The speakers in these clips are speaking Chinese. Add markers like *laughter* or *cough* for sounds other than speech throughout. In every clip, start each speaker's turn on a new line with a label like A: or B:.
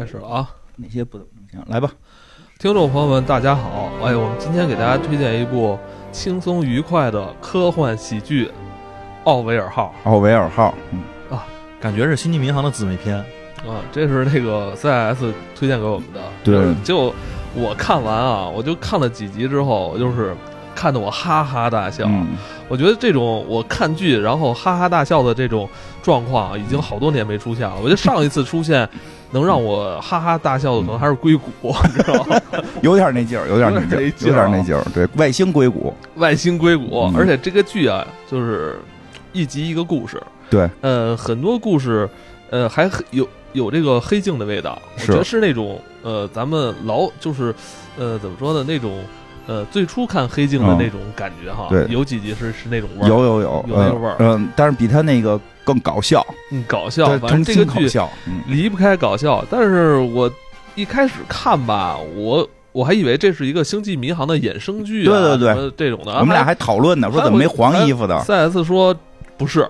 A: 开始了啊！
B: 哪些不怎么正经？来吧，
A: 听众朋友们，大家好！哎，我们今天给大家推荐一部轻松愉快的科幻喜剧《奥维尔号
B: 奥维尔号，嗯，
C: 感觉是星际迷航的姊妹篇。》
A: 啊，这是那个 CIS 推荐给我们的。
B: 对
A: 就是就我看完啊，我就看了几集之后，我就是看得我哈哈大笑。
B: 嗯
A: 我觉得这种我看剧然后哈哈大笑的这种状况啊，已经好多年没出现了。我觉得上一次出现能让我哈哈大笑的，可能还是硅谷，你知道吗？
B: 有点那劲儿，有点那劲儿，有
A: 有
B: 点
A: 点
B: 那
A: 那
B: 劲儿。啊对，外星硅谷，
A: 外星硅谷
B: 嗯，
A: 而且这个剧啊，就是一集一个故事。
B: 对，
A: 呃，很多故事，呃，还很有有这个黑镜的味道，我
B: 是
A: 觉得是那种呃，咱们老就是呃，怎么说呢，那种呃，最初看黑镜的
B: 嗯
A: 那种感觉哈。
B: 对
A: 有几集是是那种味儿，
B: 有有有，
A: 有那个味儿
B: 嗯，嗯但是比他那个更搞笑，
A: 嗯搞笑
B: 对，，
A: 反正
B: 更
A: 这个
B: 搞
A: 剧
B: 笑，嗯，
A: 离不开搞笑。但是我一开始看吧，我。我还以为这是一个《星际迷航》的衍生剧、啊，
B: 对对对
A: 什么这种的。
B: 我们俩还讨论呢，说怎么没黄衣服的？
A: C S 说不是，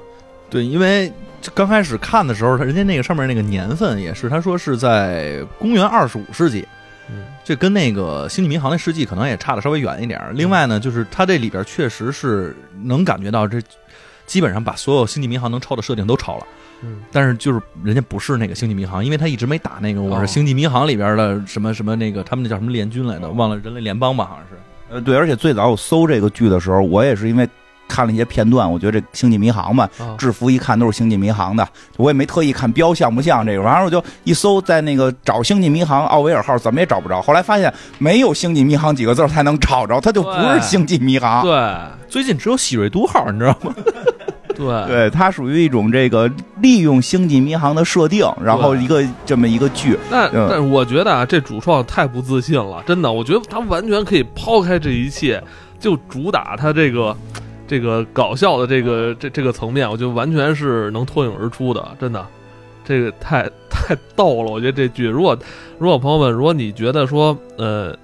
C: 对，因为这刚开始看的时候，人家那个上面那个年份也是，他说是在公元二十五世纪，
A: 嗯
C: 这跟那个《星际迷航》那世纪可能也差的稍微远一点儿。另外呢，就是它这里边确实是能感觉到这。基本上把所有《星际迷航》能抄的设定都抄了，
A: 嗯
C: 但是就是人家不是那个《星际迷航》，因为他一直没打那个我
A: 哦
C: 是《星际迷航》里边的什么什么那个他们那叫什么联军来的，
B: 哦
C: 忘了人类联邦吧，好像是。
B: 呃，对，而且最早我搜这个剧的时候，我也是因为看了一些片段，我觉得这《星际迷航》嘛，
A: 啊，
B: 制服一看都是《星际迷航》的，我也没特意看标像不像这个，反正我就一搜，在那个找《星际迷航》奥维尔号怎么也找不着，后来发现没有“星际迷航”几个字儿才能找着，它就不是
A: 对
B: 《星际迷航》。
A: 对
C: 最近只有喜瑞都号，你知道吗？
A: 对
B: 对，它属于一种这个利用《星际迷航》的设定，然后
A: 对
B: 一个这么一个剧，
A: 那
B: 嗯
A: 但是我觉得啊，这主创太不自信了，真的，我觉得他完全可以抛开这一切，就主打他这个这个搞笑的这个这这个层面，我觉得完全是能脱颖而出的，真的，这个太太逗了，我觉得这剧，如果如果朋友们，如果你觉得说，呃。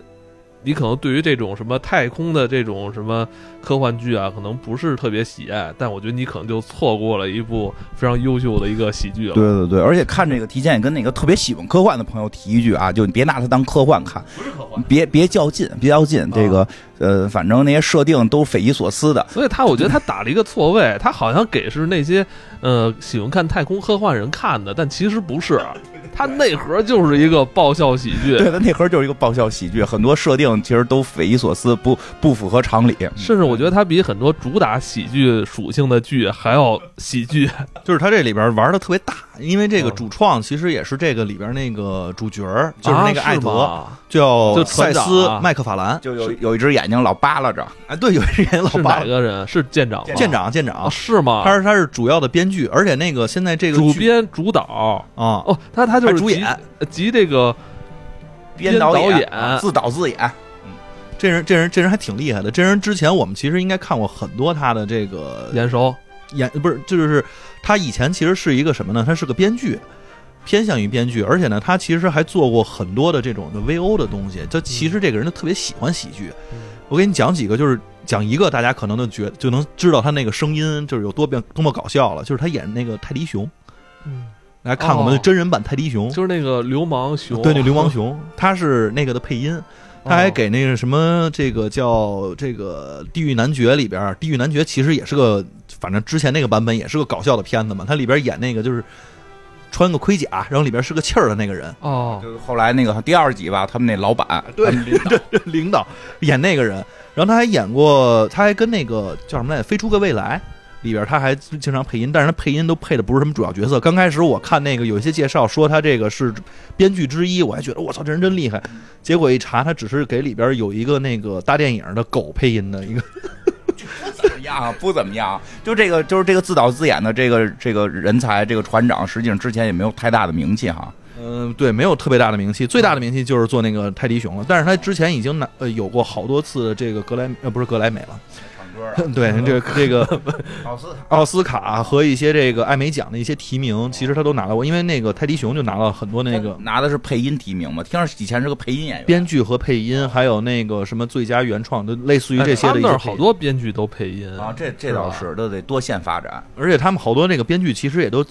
A: 你可能对于这种什么太空的这种什么科幻剧啊，可能不是特别喜爱，但我觉得你可能就错过了一部非常优秀的一个喜剧了。
B: 对对对，而且看这个提前也跟那个特别喜欢科幻的朋友提一句啊，就你别拿它当科幻看，不是科幻，啊别别较劲，别较劲，这个、呃，反正那些设定都匪夷所思的，
A: 所以他，我觉得他打了一个错位， *laughs* 他好像给是那些呃喜欢看太空科幻人看的，但其实不是，啊
B: *laughs*
A: 他内核就是一个爆笑喜剧，
B: 对，它那盒就是一个爆笑喜剧，很多设定其实都匪夷所思，不不符合常理。
A: 甚至我觉得他比很多主打喜剧属性的剧还要喜剧。
C: 就是他这里边玩的特别大，因为这个
A: 嗯
C: 主创其实也是这个里边那个主角儿，就是那个艾德，
A: 啊
C: 叫
A: 就
C: 塞
A: 船长啊
C: 斯麦克法兰。
B: 就有有一只眼睛老扒拉着，
C: 哎，对，有一人老
A: 是吗是
C: 八
A: 哪个人？是舰长吗？
C: 舰长，舰
A: 啊？
C: 长，
A: 是吗？
C: 他是他是主要的编剧，而且那个现在这个
A: 主
C: 剧
A: 编主导
C: 啊，
A: 哦，他他就是
C: 还主
A: 集
C: 演，
A: 集这个
B: 编导
A: 编导
B: 演
A: 演
B: 啊自导自演，
C: 这人这人这人还挺厉害的。这人之前我们其实应该看过很多他的这个
A: 眼熟，
C: 演不是，就是他以前其实是一个什么呢？他是个编剧，偏向于编剧，而且呢，他其实还做过很多的这种的 VO 的东西。他其实这个人就特别喜欢喜剧。我给你讲几个，就是讲一个，大家可能就觉就能知道他那个声音就是有多变多么搞笑了。就是他演那个泰迪熊，
A: 嗯，
C: 来看我们的真人版泰迪熊，
A: 就是那个流氓熊，哦
C: 对，那流氓熊，他是那个的配音。他还给那个什么，这个叫这个《地狱男爵》里边儿，《地狱男爵》其实也是个，反正之前那个版本也是个搞笑的片子嘛。它里边演那个就是穿个盔甲，然后里边是个气儿的那个人， *laughs*
A: 哦，
B: 就是后来那个第二集吧，他们那老 *laughs* 板
C: 对
B: 他们领导
C: 领导演那个人。然后他还演过，他还跟那个叫什么来，《着，《飞出个未来》里边他还经常配音，但是他配音都配的不是什么主要角色。刚开始我看那个有一些介绍说他这个是编剧之一，我还觉得我操这人真厉害。结果一查，他只是给里边有一个那个大电影的狗配音的一个。
B: 怎么样啊不怎么样，就这个就是这个自导自演的这个这个人才，这个船长实际上之前也没有太大的名气哈，
C: 嗯，对，没有特别大的名气，最大的名气就是做那个泰迪熊了。但是他之前已经拿呃有过好多次这个格莱呃不是格莱美了， *laughs*
B: 唱歌啊，
C: 对，
A: *laughs*
C: 这个这个
B: 老斯
C: 奥斯卡和一些这个艾美奖的一些提名，其实他都拿到过，因为那个泰迪熊就拿了很多 *laughs* 那
A: 呃
C: 个
B: 拿的是配音提名嘛，听着以前是个配音演员，
C: 编剧和配音，还有那个什么最佳原创，就类似于这些
A: 哎他
C: 的
A: 们
C: 一
A: 那
C: 些
A: 儿
C: 配
A: 好
C: 音。
A: 多编剧都配音
B: 啊，这这倒
A: 吧
B: 是，都得多线发展。
C: 而且他们好多那个编剧其实也都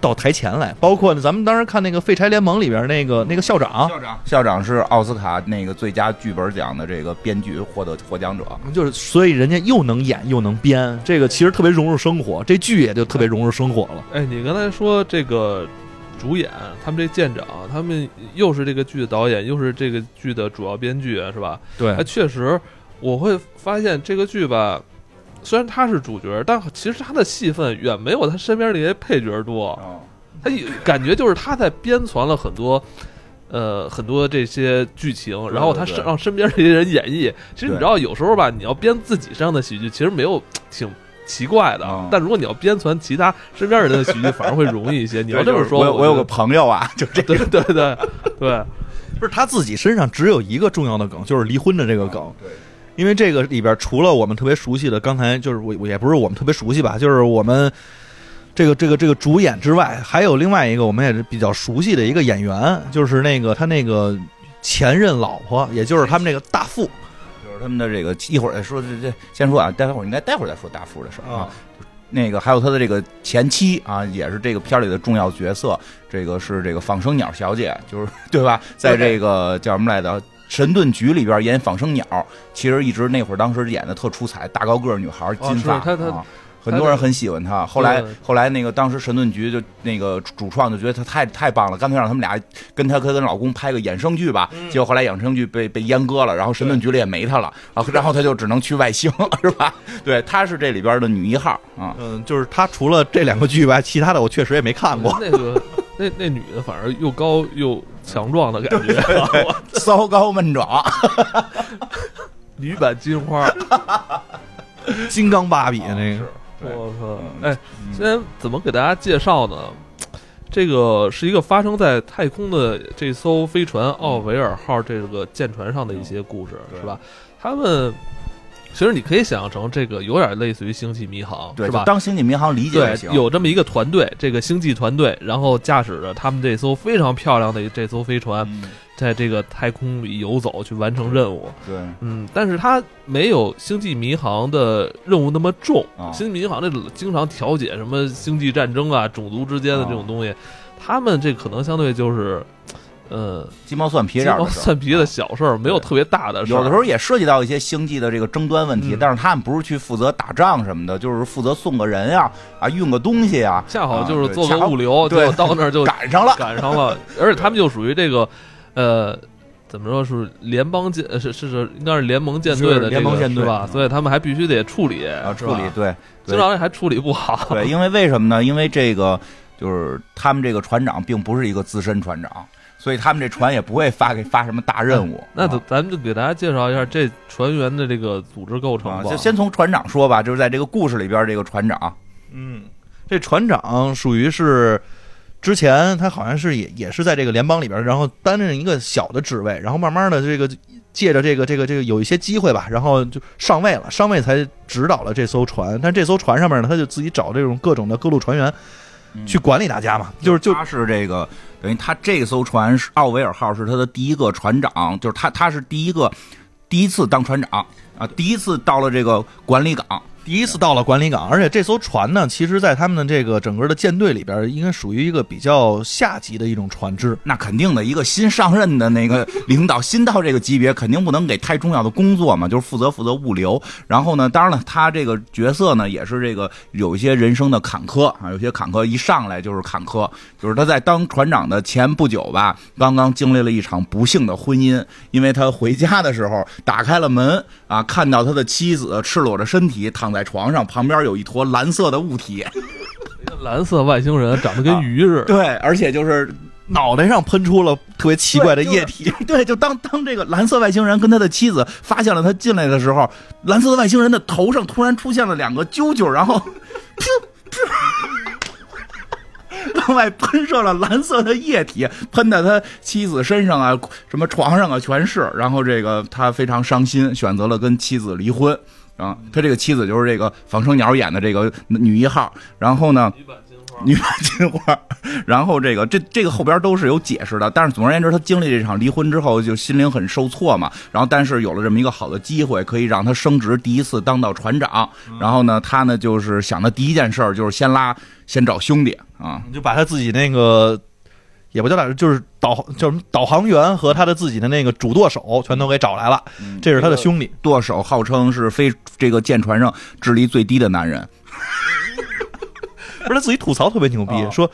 C: 到台前来。包括咱们当时看那个《废柴联盟》里边那个那个校长，
B: 校长，啊校长是奥斯卡那个最佳剧本奖的这个编剧获得获奖者。
C: 就是所以人家又能演又能编，这个其实特别融入生活，这剧也就特别融入生活了。
A: 哎，你刚才说这个主演，他们这舰长，他们又是这个剧的导演，又是这个剧的主要编剧，是吧？
C: 对
A: 哎，确实，我会发现这个剧吧，虽然他是主角，但其实他的戏份远没有他身边那些配角多。
B: 哦，
A: 他也感觉就是他在编纂了很多，呃，很多这些剧情，然后他
B: 对
A: 是让身边这些人演绎。其实你
B: 对
A: 知道，有时候吧，你要编自己身上的喜剧，其实没有挺奇怪的。
B: 嗯
A: 但如果你要编纂其他身边人的喜剧，反而会容易一些。你要这么说，
B: 我有我有个
A: 觉
B: 朋友啊， *laughs* 就这
A: 得对对对
B: *laughs*
A: 对，
C: 不是他自己身上只有一个重要的梗，就是离婚的这个梗。
B: 啊对，
C: 因为这个里边除了我们特别熟悉的，刚才就是我我也不是我们特别熟悉吧，就是我们这个这个这个主演之外，还有另外一个我们也是比较熟悉的一个演员，就是那个他那个前任老婆，也就是他们那个大副
B: 就是他们的这个一会儿再说这这先说啊，待会儿应该待会儿再说大副的事儿啊。那个还有他的这个前妻啊，也是这个片儿里的重要角色，这个是这个仿生鸟小姐，就是对吧？在这个叫什么来着？神盾局里边演仿生鸟，其实一直那会儿当时演的特出彩，大高个儿女孩，金发、
A: 是她她
B: 啊，很多人很喜欢她。后来
A: 对
B: 后来那个当时神盾局就那个主创就觉得她太太棒了，干脆让他们俩跟她跟她老公拍个衍生剧吧。结果后来衍生剧被被阉割了，然后神盾局里也没她了，然后然后她就只能去外星是吧？ *laughs* 对，她是这里边的女一号啊。
C: 嗯，就是他除了这两个剧吧，其他的我确实也没看过。
A: 那个那那女的，反而又高又强壮的感觉，
B: *laughs* 骚高闷爪，
A: *laughs* 女版金花。
C: 金刚芭比那个，
B: 对
A: 我靠！
B: 嗯
A: 哎，今天怎么给大家介绍呢？这个是一个发生在太空的这艘飞船奥维尔号这个舰船上的一些故事，
B: 对
A: 是吧？他们其实你可以想象成这个有点类似于《星际迷航》，
B: 对，
A: 是吧
B: 就？当星际迷航理解
A: 对
B: 就，行。
A: 有这么一个团队，这个星际团队，然后驾驶着他们这艘非常漂亮的这艘飞船，
B: 嗯，
A: 在这个太空里游走，去完成任务。
B: 对，
A: 嗯，但是它没有《星际迷航》的任务那么重。
B: 啊
A: 星际迷航》这经常调解什么星际战争啊、种族之间的这种
B: 啊
A: 东西，他们这可能相对就是，呃，
B: 鸡毛蒜皮
A: 鸡
B: 这样
A: 毛
B: 的事儿啊
A: 蒜皮的小事儿，没有特别大的事儿。
B: 有的时候也涉及到一些星际的这个争端问题，
A: 嗯
B: 但是他们不是去负责打仗什么的，就是负责送个人呀、啊，运个东西呀、啊，
A: 恰好就是做
B: 啊
A: 个
B: 对
A: 物流，
B: 对
A: 就到那儿就
B: 赶上了。
A: 赶上
B: *laughs*
A: 了，而且他们就属于这个，呃。怎么说是联邦舰呃是是是应该是联盟舰队的
B: 是
A: 这个
B: 联盟舰队
A: 是吧？
B: 嗯
A: 所以他们还必须得处理
B: 啊，
A: 是
B: 处
A: 吧
B: 理对
A: 经常还处理不好。
B: 对，因为为什么呢？因为这个就是他们这个船长并不是一个资深船长，所以他们这船也不会发给发什么大任务。
A: 那
B: 啊
A: 咱咱们就给大家介绍一下这船员的这个组织构成
B: 啊，
A: 吧。
B: 就先从船长说吧，就是在这个故事里边，这个船长
C: 嗯，这船长属于是之前他好像是也也是在这个联邦里边，然后担任一个小的职位，然后慢慢的这个借着这个这个这个有一些机会吧，然后就上位了，上位才指导了这艘船。但这艘船上面呢，他就自己找这种各种的各路船员
B: 嗯
C: 去管理大家嘛，就是就
B: 他是这个等于他这艘船是奥维尔号是他的第一个船长，就是他他是第一个第一次当船长啊，第一次到了这个管理港，
C: 第一次到了管理港，而且这艘船呢，其实在他们的这个整个的舰队里边，应该属于一个比较下级的一种船只。
B: 那肯定的，一个新上任的那个领导，新到这个级别，肯定不能给太重要的工作嘛，就是负责负责物流。然后呢，当然了，他这个角色呢，也是这个有一些人生的坎坷啊，有些坎坷一上来就是坎坷，就是他在当船长的前不久吧，刚刚经历了一场不幸的婚姻，因为他回家的时候打开了门啊，看到他的妻子赤裸着身体躺在床上，旁边有一坨蓝色的物体，
A: 蓝色外星人长得
B: 啊
A: 跟鱼似的，
B: 对，而且就是
C: 脑袋上喷出了特别奇怪的液体，
B: 体。对，就当当这个蓝色外星人跟他的妻子发现了他进来的时候，蓝色的外星人的头上突然出现了两个啾啾，然后往外喷射了蓝色的液体，喷在他妻子身上啊，什么床上啊，全是。然后这个他非常伤心，选择了跟妻子离婚。啊，他这个妻子就是这个仿生鸟演的这个女一号。然后呢，
A: 鱼版金花
B: 女版金花。然后这个这这个后边都是有解释的，但是总而言之，他经历这场离婚之后，就心灵很受挫嘛。然后但是有了这么一个好的机会，可以让他升职，第一次当到船长。然后呢，他呢就是想的第一件事儿就是先拉，先找兄弟啊。
C: 你就把他自己那个也不叫打，就是导叫什么导航员和他的自己的那个主舵手全都给找来了，这是他的兄弟。
B: 舵手号称是非这个舰船上啊智力最低的男人，
C: 不是他自己吐槽特别牛逼，
B: 哦
C: 说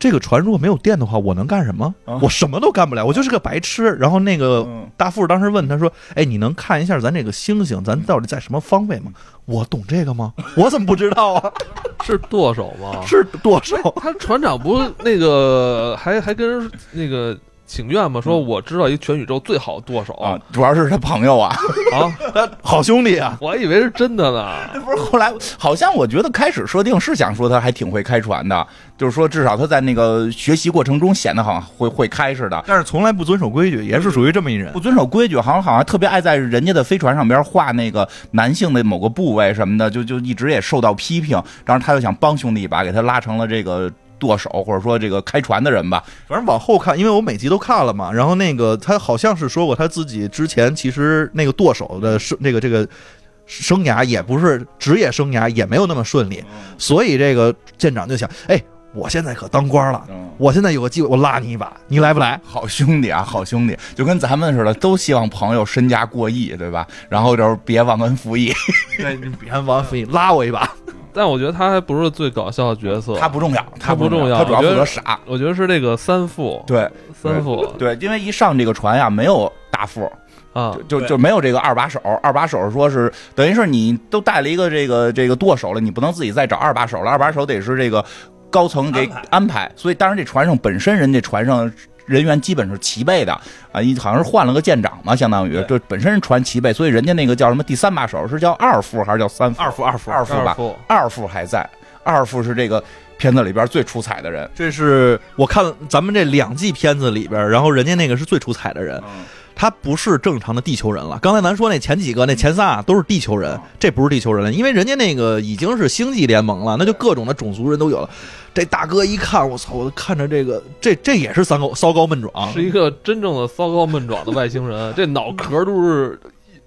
C: 这个船如果没有电的话，我能干什么？
B: 啊
C: 我什么都干不了，我就是个白痴。然后那个大副当时问他说：“哎，你能看一下咱这个星星，咱到底在什么方位吗？”我懂这个吗？我怎么不知道啊？
A: 是剁手吗？
C: *laughs* 是多少？
A: 他船长不是那个还还跟人那个请愿吗？说我知道一全宇宙最好剁手
B: 嗯啊，主要是他朋友啊。
A: 啊
C: *laughs* 好兄弟啊！
A: 我还以为是真的呢。
B: 不是后来，好像我觉得开始设定是想说他还挺会开船的，就是说至少他在那个学习过程中显得好像会会开似的。
C: *laughs* 但是从来不遵守规矩，也是属于这么一人
B: 不。遵守规矩，好像好像特别爱在人家的飞船上边画那个男性的某个部位什么的，就就一直也受到批评。当时他又想帮兄弟一把，给他拉成了这个舵手或者说这个开船的人吧。
C: 反正往后看，因为我每集都看了嘛，然后那个他好像是说过他自己之前其实那个剁手的生那个这个生涯也不是职业生涯也没有那么顺利，所以这个舰长就想，哎，我现在可当官了，
A: 嗯
C: 我现在有个机会，我拉你一把，你来不来？
B: 好兄弟啊，好兄弟，就跟咱们似的，都希望朋友身家过亿，对吧？然后就是别忘恩负义，
C: 对，你别王飞拉我一把，
A: 但我觉得他还不是最搞笑的角色，
B: 他不重要，
A: 他不
B: 不
A: 重要
B: 他主要
A: 我觉
B: 负
A: 得
B: 责傻。
A: 我觉得是这个三副，
B: 对
A: 三副
B: 对，因为一上这个船呀，没有大副，
A: 啊，
B: 就就没有这个二把手。二把手说是等于是你都带了一个这个这个舵手了，你不能自己再找二把手了，二把手得是这个高层给安排。所以当然这船上本身人这船上。人员基本是齐备的啊，一好像是换了个舰长嘛，相当于就本身船齐备，所以人家那个叫什么第三把手是叫二副还是叫三副？
C: 二副二副
B: 二副
A: 二
B: 吧，
A: 副
B: 二副还在，二副是这个片子里边最出彩的人。
C: 这是我看咱们这两季片子里边，然后人家那个是最出彩的人，
A: 嗯
C: 他不是正常的地球人了。刚才咱说那前几个、那前仨、啊、都是地球人，
A: 哦
C: 这不是地球人了，因为人家那个已经是星际联盟了，那就各种的种族人都有了。这大哥一看，我操，我看着这个，这这也是三高骚高闷啊壮，
A: 是一个真正的骚高闷壮的外星人，这脑壳都是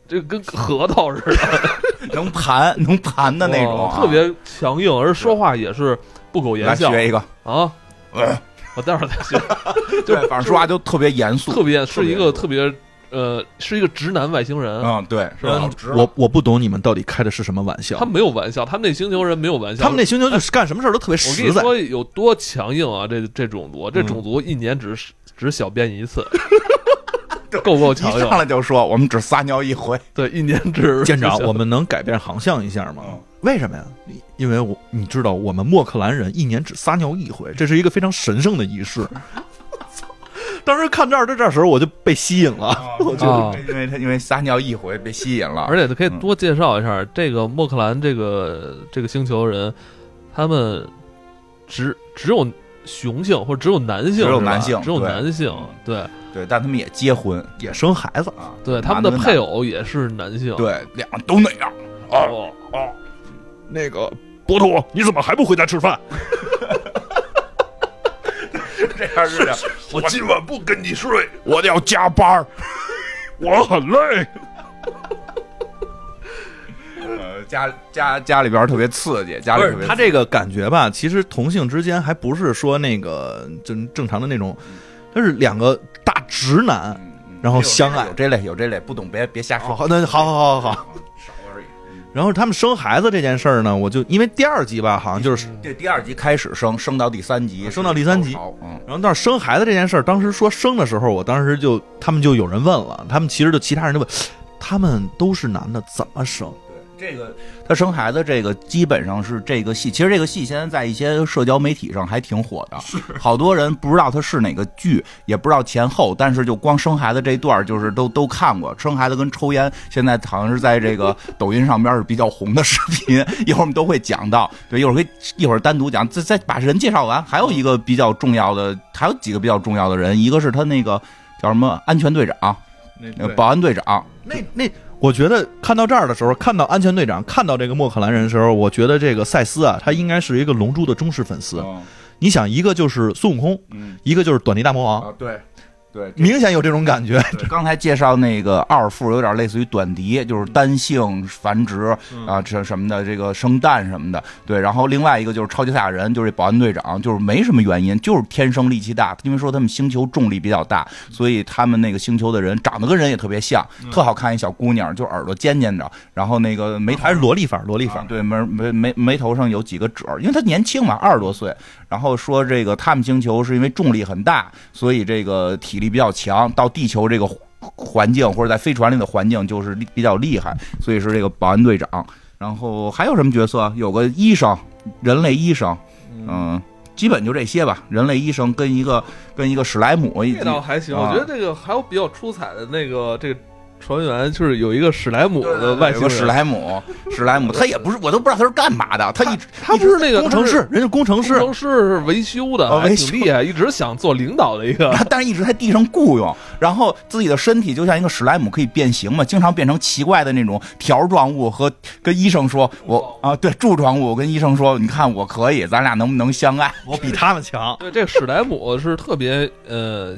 A: 这跟核桃似的
B: 能盘能盘的那种、
A: 哇
B: 啊
A: 特。别强硬，而说话也是不苟
B: 来
A: 言笑
B: 学一个，
A: 啊。
B: 呃
A: 我待会儿再学，
B: 对，反正说话就特别严肃。
A: 特别是一
B: 特别
A: 个特别呃，是一个直男外星人。
B: 嗯，对，
A: 是吧
C: 我我不懂你们到底开的是什么玩笑
A: 他。们没有玩笑，他们那星球人没有玩笑。
C: 他们那星球就是干什么事儿都特别
A: 我跟你
C: 实在，
A: 说有多强硬啊！这这种族，这
C: 嗯
A: 种族一年只只小便一次，够不够
B: 一
A: 强硬
B: 上？来就说我们只撒尿一回，
A: 对，一年只
C: 舰
A: *laughs*
C: 长，
A: 只小
C: 我们能改变航向一下吗
B: 嗯？
C: 为什么呀？你因为我你知道，我们莫克兰人一年只撒尿一回，这是一个非常神圣的仪式。 *laughs* 当时看这儿到这儿的时候，我就被吸引
B: *laughs*
C: 了。我就
A: 啊
B: 因为他因为撒尿一回被吸引了
A: 而，且可以多介绍一下、这个莫克兰这个这个星球人，他们只只有雄性或者只有男性，
B: 只有
A: 是吧
B: 男性
A: 只有
B: 对嗯
A: 男性，对
B: 对，但他们也结婚
C: 也生孩子，
B: 啊，
A: 对，他
B: 男
A: 们的
B: 跟
A: 配
B: 男
A: 偶也是男性，
B: 对，俩都那样，
A: 哦，
C: 那个博土，你怎么还不回家吃 *laughs* 饭？
B: *laughs* 这样是这样，
D: 我今晚不跟你睡，
B: 我得要加班
C: *laughs*
B: 儿，
D: 我很累。
B: 呃，家家家里边儿特别刺激，家里
C: 不
B: 特
C: 是
B: 别
C: 他这个感觉吧？其实同性之间还不是说那个正正常的那种，他是两个大直男，然后相爱
B: 嗯
C: 哦
B: 有。这类有这类，不懂别别瞎
C: 好
B: *laughs* 说，
C: 好，那好好好好好。
B: 少而已。
C: 然后他们生孩子这件事儿呢，我就因为第二集吧，好像就是
B: 这第二集开始升，升到第三集，
C: 升到第三集
B: 高潮嗯，
C: 然后但是生孩子这件事儿，当时说生的时候，我当时就他们就有人问了，他们其实就其他人就问，他们都是男的，怎么生？
B: 对这个他生孩子这个基本上是这个戏，其实这个戏现在在一些社交媒体上还挺火的，是好多人不知道它是哪个剧，也不知道前后，但是就光生孩子这一段儿就是都都看过，生孩子跟抽烟现在好像是在这 *laughs* 个抖音上边儿是比较红的视频，一会儿我们都会讲到，对，一会儿可以一会儿单独讲，再再把人介绍完，还有一个比较重要的，还有几个比较重要的人，一个是他那个叫什么安全队长，呃保安队长。
C: 那那，我觉得看到这儿的时候，看到安全
B: 哦
C: 队长，看到这个莫克兰人的时候，我觉得这个赛斯啊，他应该是一个《龙珠》的忠实粉丝，你想，一个就是孙悟空，
B: 嗯
C: 一个就是短笛大魔王，
B: 啊，对对，这
C: 明显有这种感觉。
B: 刚才介绍那个二副有点类似于短笛，就是单性繁殖啊，这什么的，这个生蛋什么的。对，然后另外一个就是超级赛亚人，就是保安队长，就是没什么原因，就是天生力气大。因为说他们星球重力比较大，所以他们那个星球的人长得跟人也特别像，特好看一小姑娘，就耳朵尖尖的，然后那个没
C: *laughs* 还是萝莉范儿，萝莉范儿。
B: 啊对，眉眉眉眉头上有几个褶儿，因为他年轻嘛，二十多岁。然后说这个他们星球是因为重力很大，所以这个体力比较强，到地球这个环环境或者在飞船里的环境就是力比较厉害，所以是这个保安队长。然后还有什么角色？有个医生，人类医生，嗯，基本就这些吧。人类医生跟一个跟一个史莱姆，
A: 这倒还行，
B: 啊
A: 我觉得这个还有比较出彩的那个这个船员，就是有一个史莱姆的外
B: 有
A: 星
B: 个
A: 人，
B: 史莱姆，史莱姆，他也不是，我都不知道他是干嘛的，他一直
A: 他不是那个
C: 工程
A: 他是
C: 师，人家工程师
A: 工，程师是维修的，
B: 哦
A: 还
B: 维修
A: 挺厉害，一直想做领导的一
B: *laughs*
A: 个
B: 然。后但是一直在地上雇佣，然后自己的身体就像一个史莱姆可以变形嘛，经常变成奇怪的那种条状物和跟医生说，我啊对柱状物，我跟医生说，你看我可以，咱俩能不能相爱？
C: 我比他们强。
A: 对，这个史莱姆是特别呃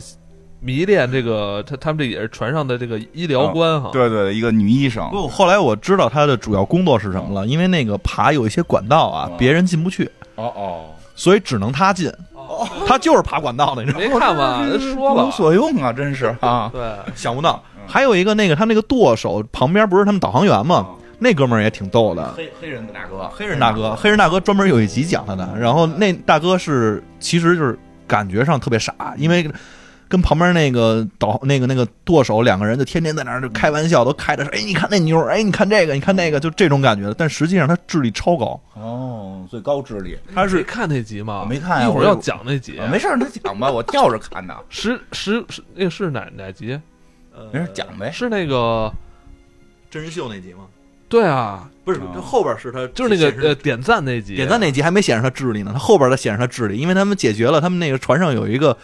A: 迷恋这个，他他们这也是船上的这个医疗官哈。
B: 啊对对对，一个女医生
C: 不，过后来我知道他的主要工作是什么了，因为那个爬有一些管道啊
B: 嗯，
C: 别人进不去，
B: 哦哦，
C: 所以只能他进。他就是爬管道的，你知道吗？
A: 没看吧？
B: 哦
A: 人说
B: 不
A: 了
B: 无，所用啊，真是啊，
A: 对，
C: 想不到。还有一个那个他那个舵手旁边不是他们导航员吗？那哥们儿也挺逗的，
B: 黑黑人大哥，
C: 黑哦人大哥，黑人大哥专门有一集讲他的。然后那大哥是其实就是感觉上特别傻，因为跟旁边那个导那个那个舵手两个人就天天在那儿就开玩笑，都开的是哎你看那妞儿，哎你看这个，你看那个，就这种感觉。但实际上他智力超高，
B: 哦，最高智力，
C: 他
A: 没
C: 是
A: 看那集吗？
B: 我没看
A: 一
B: 啊
A: 会
B: 我
A: 儿要讲那集
B: 啊。没事儿，他讲吧，我跳着看的，
A: 十十十，那个是哪哪集？
B: 没事儿讲呗。
A: 是那个
C: 呃真人秀那集吗？
A: 对啊，
C: 不是
B: 哦
C: 就后边是他
A: 就是那个呃点赞那集。
C: 点赞那集还没显示他智力呢，他后边儿他显示他智力，因为他们解决了他们那个船上有一个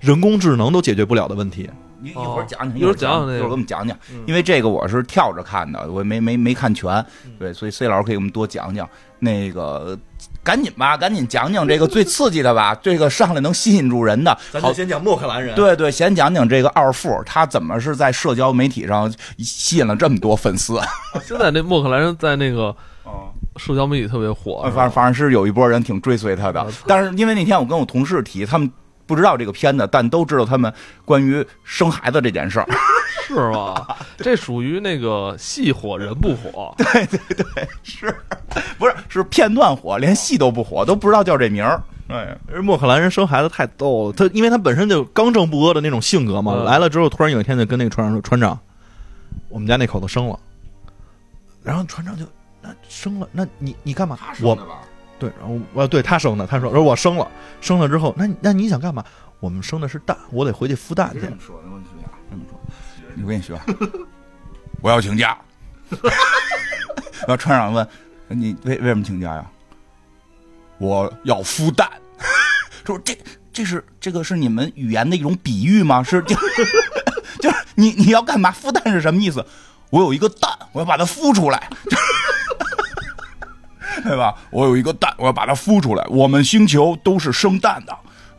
C: 人工智能都解决不了的问题。
B: 一一会儿讲讲，
A: 哦
B: 儿讲，
A: 一会儿讲讲那个
B: 一会儿给我们讲讲，因为这个我是跳着看的，我没没没看全，对，所以 C 老师可以给我们多讲讲那个。赶紧吧，赶紧讲讲这个最刺激的吧，这个上来能吸引住人的。好，
C: 先讲莫克兰人，
B: 对对，先讲讲这个二副，他怎么是在社交媒体上吸引了这么多粉丝？
A: 现在那莫克兰人在那个
B: 哦啊
A: 社交媒体特别火，
B: 反正反正是有一波人挺追随他的
A: 我操，
B: 但是因为那天我跟我同事提，他们不知道这个片子，但都知道他们关于生孩子这件事儿。
A: 是吧？这属于那个戏火人不火，
B: 不是，是片段火，连戏都不火，都不知道叫这名儿。哎，
C: 而莫克兰人生孩子太逗了，他因为他本身就刚正不阿的那种性格嘛，
A: 嗯
C: 来了之后突然有一天就跟那个船长说：“船长，我们家那口子生了。”然后船长就那生了，那你你干嘛？我对，然后我对他生的，他说：“说我生了，生了之后，那你那你想干嘛？我们生的是蛋，我得回去孵蛋去。”
B: 说的，我跟你学，这么说， *laughs* 我跟你学，我要请 *laughs* 假。然后船长问：“你为为什么请假呀？”我要孵 *laughs* 蛋。说这这是这个是你们语言的一种比喻吗？是就 *laughs* 就是你你要干嘛？孵蛋是什么意思？我有一个蛋，我要把它孵出来。对吧？我有一个蛋，我要把它孵出来。我们星球都是生蛋的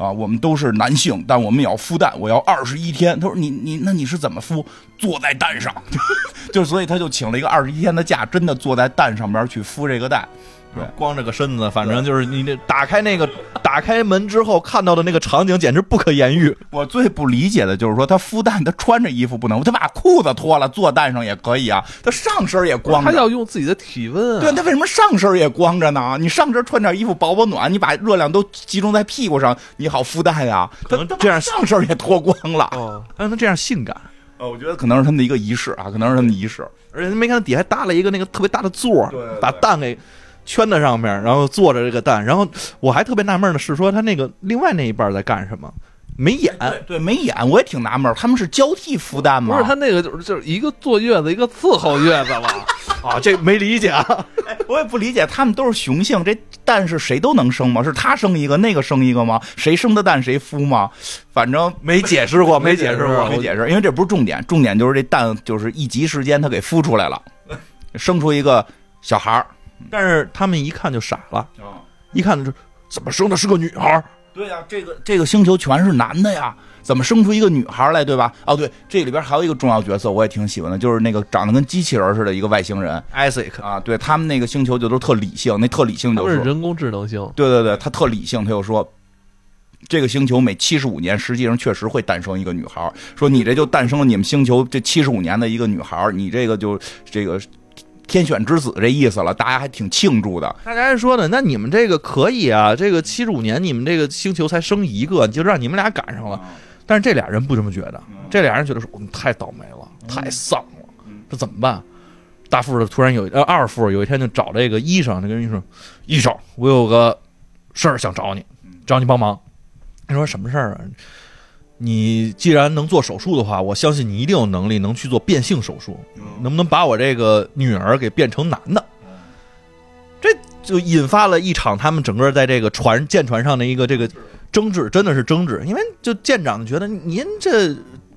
B: 啊，我们都是男性，但我们也要孵蛋。我要二十一天。他说你你那你是怎么孵？坐在蛋上， *laughs* 就所以他就请了一个二十一天的假，真的坐在蛋上边去孵这个蛋。对
C: 光着个身子，反正就是你那打开那个打开门之后看到的那个场景，简直不可言喻。
B: 我最不理解的就是说，他孵蛋，他穿着衣服不能，他把裤子脱了坐蛋上也可以啊，他上身也光
A: 他
B: 着。
A: 要用自己的体温啊。
B: 对，他为什么上身也光着呢？你上身穿点衣服保保暖，你把热量都集中在屁股上，你好孵蛋呀。
C: 可能
B: 他他把
C: 这样
B: 上身也脱光了。
A: 哦，
C: 让他这样性感，
B: 呃，我觉得可能是他们的一个仪式啊，可能是他们的仪式。
C: 而且他没看到底还搭了一个那个特别大的座儿
B: 对对对
C: 把蛋给圈在上面，然后坐着这个蛋。然后我还特别纳闷的是，说他那个另外那一半在干什么？没演，
B: 哎对，没演，我也挺纳闷儿，他们是交替孵蛋
A: 不
B: 吗？
A: 是他那个就是就是一个坐月子，一个伺候月子 *laughs* 了。
C: 啊，这没理解
B: *laughs*
C: 啊。
B: 哎我也不理解，他们都是雄性，这蛋是谁都能生吗？是他生一个，那个生一个吗？谁生的蛋谁孵吗？反正
C: 没解释过，没
A: 解释过
B: 没解释，因为这不是重点，重点就是这蛋就是一集时间它给孵出来了，生出一个小孩儿。啊
C: 但是他们一看就傻了，一看就是怎么生的是个女孩儿，
B: 对呀、这个这个星球全是男的呀，怎么生出一个女孩来，对吧？哦，对，这里边还有一个重要角色，我也挺喜欢的，就是那个长得跟机器人似的一个外星人
C: Isaac，
B: 啊，对他们那个星球就都特理性，那特理性
A: 他
B: 就
A: 们是
B: 是
A: 人工智能星，
B: 对对对，他特理性，他就说。这个星球每七十五年，实际上确实会诞生一个女孩儿。说你这就诞生了你们星球这七十五年的一个女孩儿，你这个就这个天选之子这意思了，大家还挺庆祝的。
C: 大家还说呢，那你们这个可以啊，这个七十五年你们这个星球才生一个，就让你们俩赶上了。但是这俩人不这么觉得，这俩人觉得说我们太倒霉了，太丧了，这怎么办？大副突然有呃二副有一天就找这个医生，就跟医生说：“医生，我有个事儿想找你，找你帮忙。”他说：“什么事儿啊？你既然能做手术的话，我相信你一定有能力能去做变性手术，能不能把我这个女儿给变成男的？”这就引发了一场他们整个在这个船舰船上的一个这个争执，真的是争执，因为就舰长觉得您这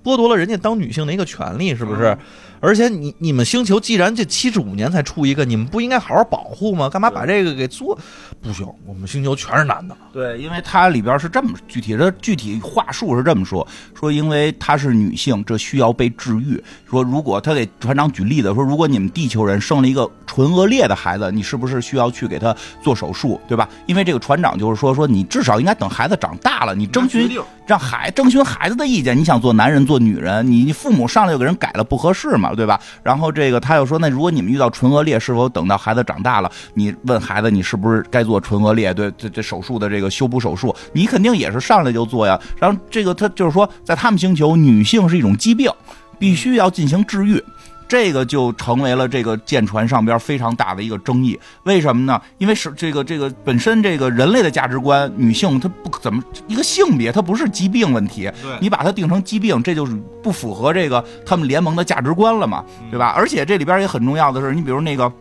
C: 剥夺了人家当女性的一个权利，是不是？而且你你们星球既然这七十五年才出一个，你们不应该好好保护吗？干嘛把这个给做？不行，我们星球全是男的，
B: 对，因为它里边是这么具体的，具体话术是这么说：说因为她是女性，这需要被治愈。说如果他给船长举例子，说如果你们地球人生了一个唇腭裂的孩子，你是不是需要去给他做手术，对吧？因为这个船长就是说，说你至少应该等孩子长大了，你征询让孩征询孩子的意见，你想做男人做女人，你你父母上来就给人改了不合适嘛，对吧？然后这个他又说，那如果你们遇到唇腭裂，是否等到孩子长大了，你问孩子你是不是该做唇腭裂，对这这手术的这个修补手术，你肯定也是上来就做呀。然后这个他就是说，在他们星球，女性是一种疾病，必须要进行治愈。这个就成为了这个舰船上边非常大的一个争议，为什么呢？因为是这个这个本身这个人类的价值观，女性她不怎么一个性别，它不是疾病问题，你把它定成疾病，这就是不符合这个他们联盟的价值观了嘛，对吧？而且这里边也很重要的是，你比如那个。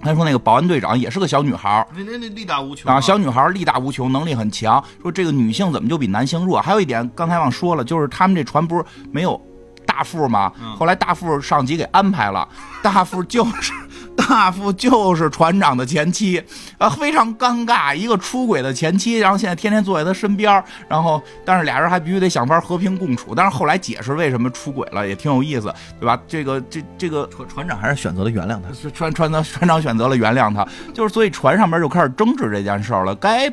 B: 他说：“那个保安队长也是个小女孩儿
E: 那那那力大无穷
B: 啊，小女孩儿力大无穷，能力很强。说这个女性怎么就比男性弱？还有一点，刚才忘说了，就是他们这船不是没有大副吗？后来大副上级给安排了，大副就是大副就是船长的前妻，啊，非常尴尬，一个出轨的前妻，然后现在天天坐在他身边儿，然后但是俩人还必须得想法儿和平共处。但是后来解释为什么出轨了，也挺有意思，对吧？这个这这个
C: 船船长还是选择了原谅他。
B: 船船长船长选择了原谅他，就是所以船上面就开始争执这件事儿了。该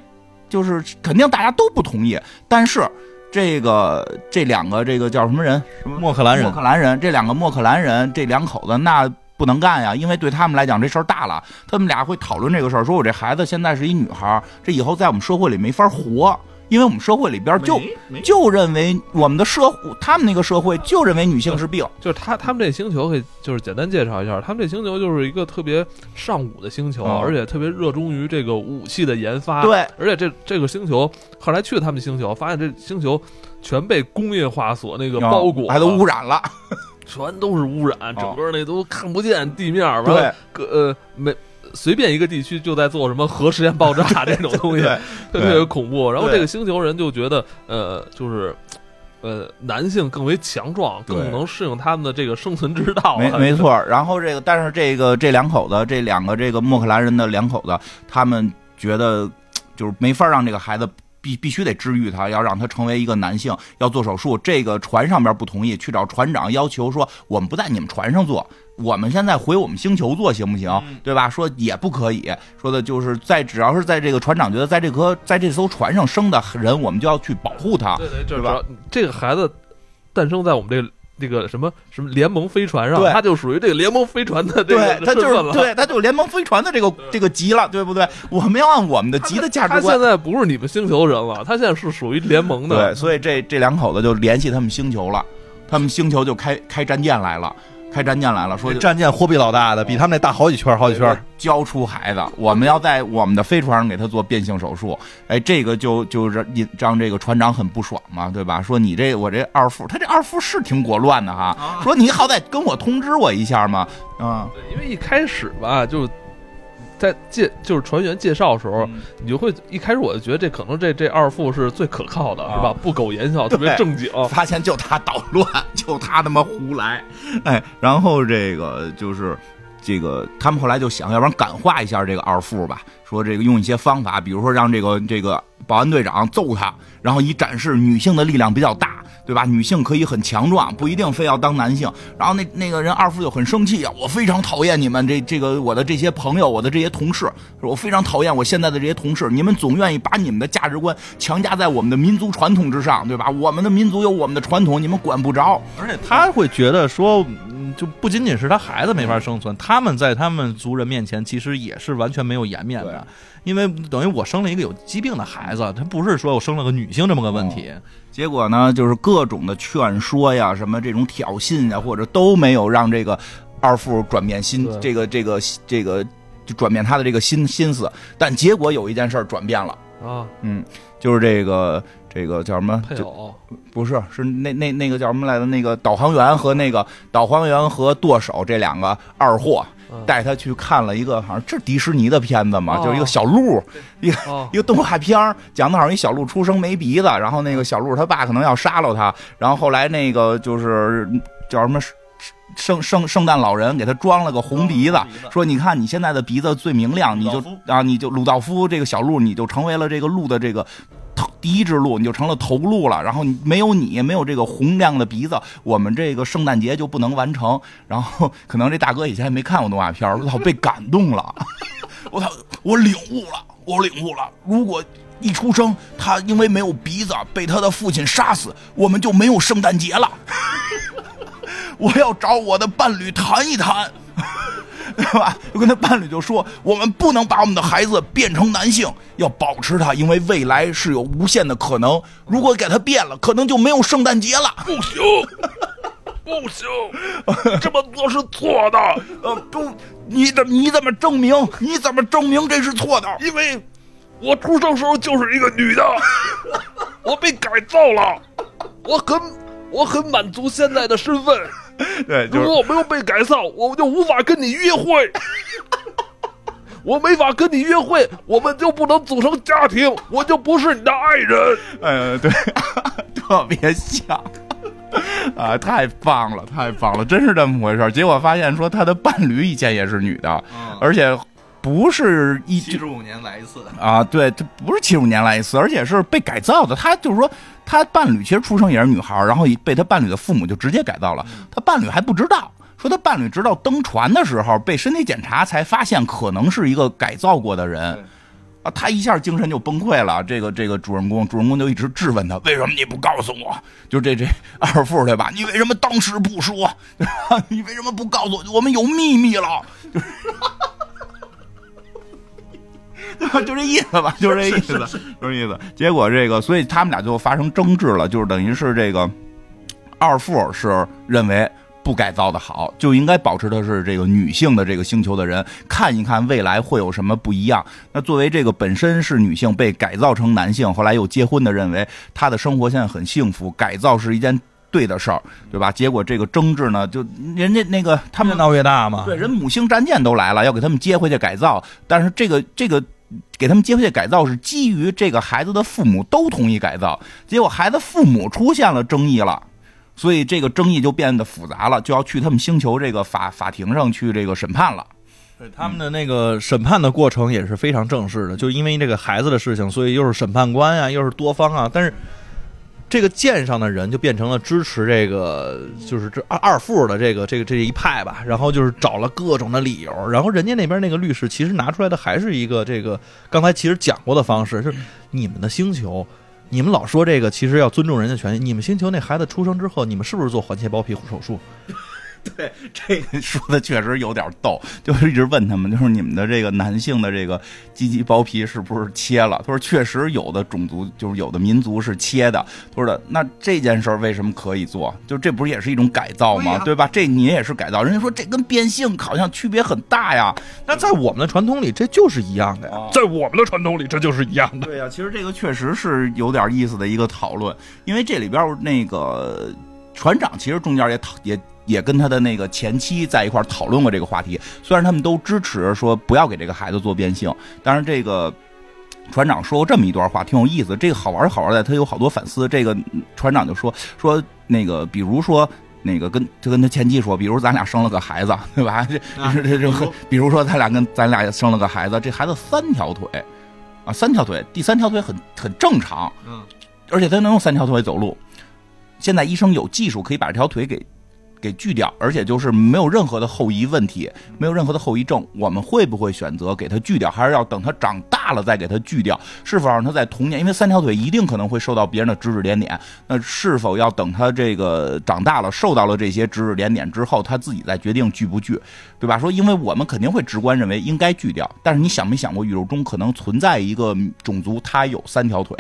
B: 就是肯定大家都不同意，但是这个这两个这个叫什么人？什么
C: 莫克兰人
B: 莫克兰人？这两个莫克兰人这两口子那。不能干呀，因为对他们来讲这事儿大了，他们俩会讨论这个事儿，说我这孩子现在是一女孩儿，这以后在我们社会里没法活，因为我们社会里边就就认为我们的社会，他们那个社会就认为女性是病，
A: 就是他他们这星球可以就是简单介绍一下，他们这星球就是一个特别上古的星球，
B: 嗯
A: 而且特别热衷于这个武器的研发。，
B: 对，
A: 而且这这个星球后来去他们星球，发现这星球全被工业化所那个包裹了，
B: 还都啊污染了，
A: 全都是污染，整个那都看不见地面。完
B: 哦对
A: 了，各呃每随便一个地区就在做什么核实验爆炸这种东西，
B: *laughs*
A: 特
B: 对对
A: 别恐怖。然后
B: 对
A: 这个星球人就觉得，呃，就是。呃，男性更为强壮，
B: 对
A: 更能适应他们的这个生存之道、啊。
B: 没没错儿。然后这个，但是这个这两口子，这两个这个莫克兰人的两口子，他们觉得就是没法让这个孩子。必必须得治愈他，要让他成为一个男性，要做手术。这个船上边不同意，去找船长要求说，我们不在你们船上做，我们现在回我们星球做行不行？
A: 嗯
B: 对吧？说也不可以，说的就是在只要是在这个船长觉得在这颗在这艘船上生的人，我们就要去保护他。
A: 对对，就是
B: 吧
A: 主要这个孩子诞生在我们这个这个什么什么联盟飞船上
B: 对，
A: 他就属于这个联盟飞船的这
B: 对
A: 个，
B: 他就
A: 身份
B: 是
A: 了。嗯
B: 对，他就是联盟飞船的这个这个级了，对不对？我们要按我们的级的价值
A: 他
B: 观
A: 现。在不是你们星球人了，他现在是属于联盟的。
B: 对，所以这这两口子就联系他们星球了，他们星球就开开战舰来了，开战舰来了，说
C: 这战舰货比老大的，比他们那大好几圈，好几圈。
B: 交出孩子，我们要在我们的飞船上给他做变性手术。哎，这个就就让引让这个船长很不爽嘛，对吧？说你这我这二副，他这二副是挺果乱的哈，
A: 啊
B: 说你好歹跟我通知我一下嘛，啊。
A: 对因为一开始吧，就是在介就是船员介绍的时
D: 嗯
A: 候，你就会一开始我就觉得这可能这这二副是最可靠的，
B: 啊
A: 是吧？不苟言笑，特别
D: *laughs*
A: 正经。
B: 发现就他捣乱，就他他妈胡来， *laughs* 哎，然后这个就是这个，他们后来就想，要不然感化一下这个二副吧，说这个用一些方法，比如说让这个这个保安队长揍他，然后以展示女性的力量比较大，对吧？女性可以很强壮，不一定非要当男性。然后那那个人二副就很生气啊，我非常讨厌你们这这个我的这些朋友，我的这些同事，说我非常讨厌我现在的这些同事，你们总愿意把你们的价值观强加在我们的民族传统之上，对吧？我们的民族有我们的传统，你们管不着。
C: 而且他会觉得说，嗯就不仅仅是他孩子没法生存，他们在他们族人面前其实也是完全没有颜面的，因为等于我生了一个有疾病的孩子，他不是说我生了个女性这么个问题，
B: 结果呢，就是各种的劝说呀，什么这种挑衅呀，或者都没有让这个二副转变心，
A: 对
B: 这个这个这个就转变他的这个心心思。但结果有一件事儿转变了，
A: 啊，
B: 嗯，就是这个这个叫什么？
A: 配
B: 就
A: 偶
B: 不是，是那那那个叫什么来着？那个导航员和那个导航员和舵手这两个二货
A: 嗯
B: 带他去看了一个，好像这迪士尼的片子嘛，
A: 哦
B: 就是一个小鹿，
A: 哦
B: 一个动画片儿，讲的好像一小鹿出生没鼻子，然后那个小鹿他爸可能要杀了他，然后后来那个就是叫什么圣圣圣诞老人给他装了个红鼻子
C: 装了个鼻子，
B: 说你看你现在的鼻子最明亮，你
C: 鲁
B: 就
C: 道夫
B: 啊你就鲁道夫这个小鹿，你就成为了这个鹿的这个。头第一只鹿你就成了头鹿了，然后你没有你没有这个洪亮的鼻子，我们这个圣诞节就不能完成。然后可能这大哥以前也没看过动画片儿，我操被感动了。我操，我领悟了，我领悟了。如果一出生他因为没有鼻子被他的父亲杀死，我们就没有圣诞节了。 *laughs* 我要找我的伴侣谈一谈， *laughs* 对吧？就跟他伴侣就说，我们不能把我们的孩子变成男性，要保持他，因为未来是有无限的可能。如果给他变了，可能就没有圣诞节了。
D: 不行，不行，这么做是错的，
B: 呃，不，你怎你怎么证明？你怎么证明这是错的？
D: 因为我出生时候就是一个女的，我被改造了，
A: 我很我很满足现在的身份，
B: 对，
A: 如果我没有被改造，我就无法跟你约会。我没法跟你约会，我们就不能组成家庭，我就不是你的爱人。
B: 呃，对， *laughs* 特别像。 *laughs* 啊，太棒了，太棒了，真是这么回事儿。结果发现说他的伴侣以前也是女的，而且不是一
C: 七十五年来一次，
B: 啊，对，这不是七五年来一次，而且是被改造的。他就是说，他伴侣其实出生也是女孩儿，然后被他伴侣的父母就直接改造了。他伴侣还不知道，说他伴侣直到登船的时候被身体检查才发现可能是一个改造过的人
C: 对。
B: 啊，他一下精神就崩溃了。这个这个主人公，主人公就一直质问他，为什么你不告诉我？就这 *laughs* 这二副对吧？你为什么当时不说？ *laughs* 对吧你为什么不告诉我？我们有秘密了。 *laughs* 就这意思吧，就这意思， *laughs* 就这意思。结果这个，所以他们俩就发生争执了，就是等于是这个二副是认为。不改造的好，就应该保持的是这个女性的这个星球的人，看一看未来会有什么不一样。那作为这个本身是女性被改造成男性，后来又结婚的，认为她的生活现在很幸福，改造是一件对的事儿，对吧？结果这个争执呢，就人家那个他
C: 他
B: 们
C: 们闹越大嘛，
B: 对，人母星战舰都来了，要给他们接回去改造，但是这个这个。给他们接回去改造是基于这个孩子的父母都同意改造，结果孩子父母出现了争议了，所以这个争议就变得复杂了，就要去他们星球这个法法庭上去这个审判了。
C: 对他们的那个审判的过程也是非常正式的，就因为这个孩子的事情，所以又是审判官啊，又是多方啊，但是。这个舰上的人就变成了支持这个，就是这二二副的这个这个这一派吧，然后就是找了各种的理由，然后人家那边那个律师其实拿出来的还是一个这个刚才其实讲过的方式，就是你们的星球，你们老说这个其实要尊重人家权益，你们星球那孩子出生之后，你们是不是做环切包皮手术？
B: 对，这个说的确实有点逗，就是一直问他们，就是你们的这个男性的这个鸡鸡包皮是不是切了？他说确实有的种族就是有的民族是切的。他说的那这件事儿为什么可以做？就这不是也是一种改造吗？对,、吧？这你也是改造，人家说这跟变性好像区别很大呀。
C: 那在我们的传统里，这就是一样的呀。
D: 在我们的传统里这就是一样的。
B: 对呀、啊其实这个确实是有点意思的一个讨论，因为这里边儿那个船长其实中间也讨也也跟他的那个前妻在一块儿讨论过这个话题，虽然他们都支持说不要给这个孩子做变性，但是这个。船长说过这么一段话，挺有意思。这个好玩儿好玩儿在，他有好多反思。这个嗯船长就说说那个，比如说那个跟就跟他前妻说，比如咱俩生了个孩子，对吧？ *laughs* 这
E: 啊
B: 这这这
E: 比如，
B: 比如说咱俩跟咱俩生了个孩子，这孩子三条腿，啊，三条腿，第三条腿很很正常，
E: 嗯，
B: 而且他能用三条腿走路。现在医生有技术可以把这条腿给给锯掉，而且就是没有任何的后遗问题，没有任何的后遗症。我们会不会选择给他锯掉，还是要等他长大了再给他锯掉？是否让他在童年，因为三条腿一定可能会受到别人的指指点点，那是否要等他这个长大了，受到了这些指指点点之后，他自己再决定锯不锯，对吧？说，因为我们肯定会直观认为应该锯掉，但是你想没想过，宇宙中可能存在一个种族，他有三条腿。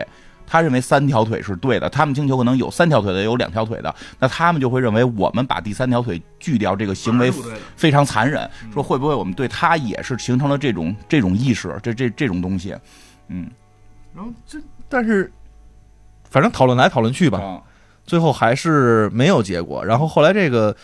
B: 他认为三条腿是对的，他们星球可能有三条腿的，有两条腿的，那他们就会认为我们把第三条腿锯掉这个行为
E: 不对的
B: 非常残忍，说会不会我们对他也是形成了这种这种意识，这这这种东西，嗯，
E: 然后这
C: 但是反正讨论来讨论去吧，
B: 啊
C: 最后还是没有结果。然后后来这个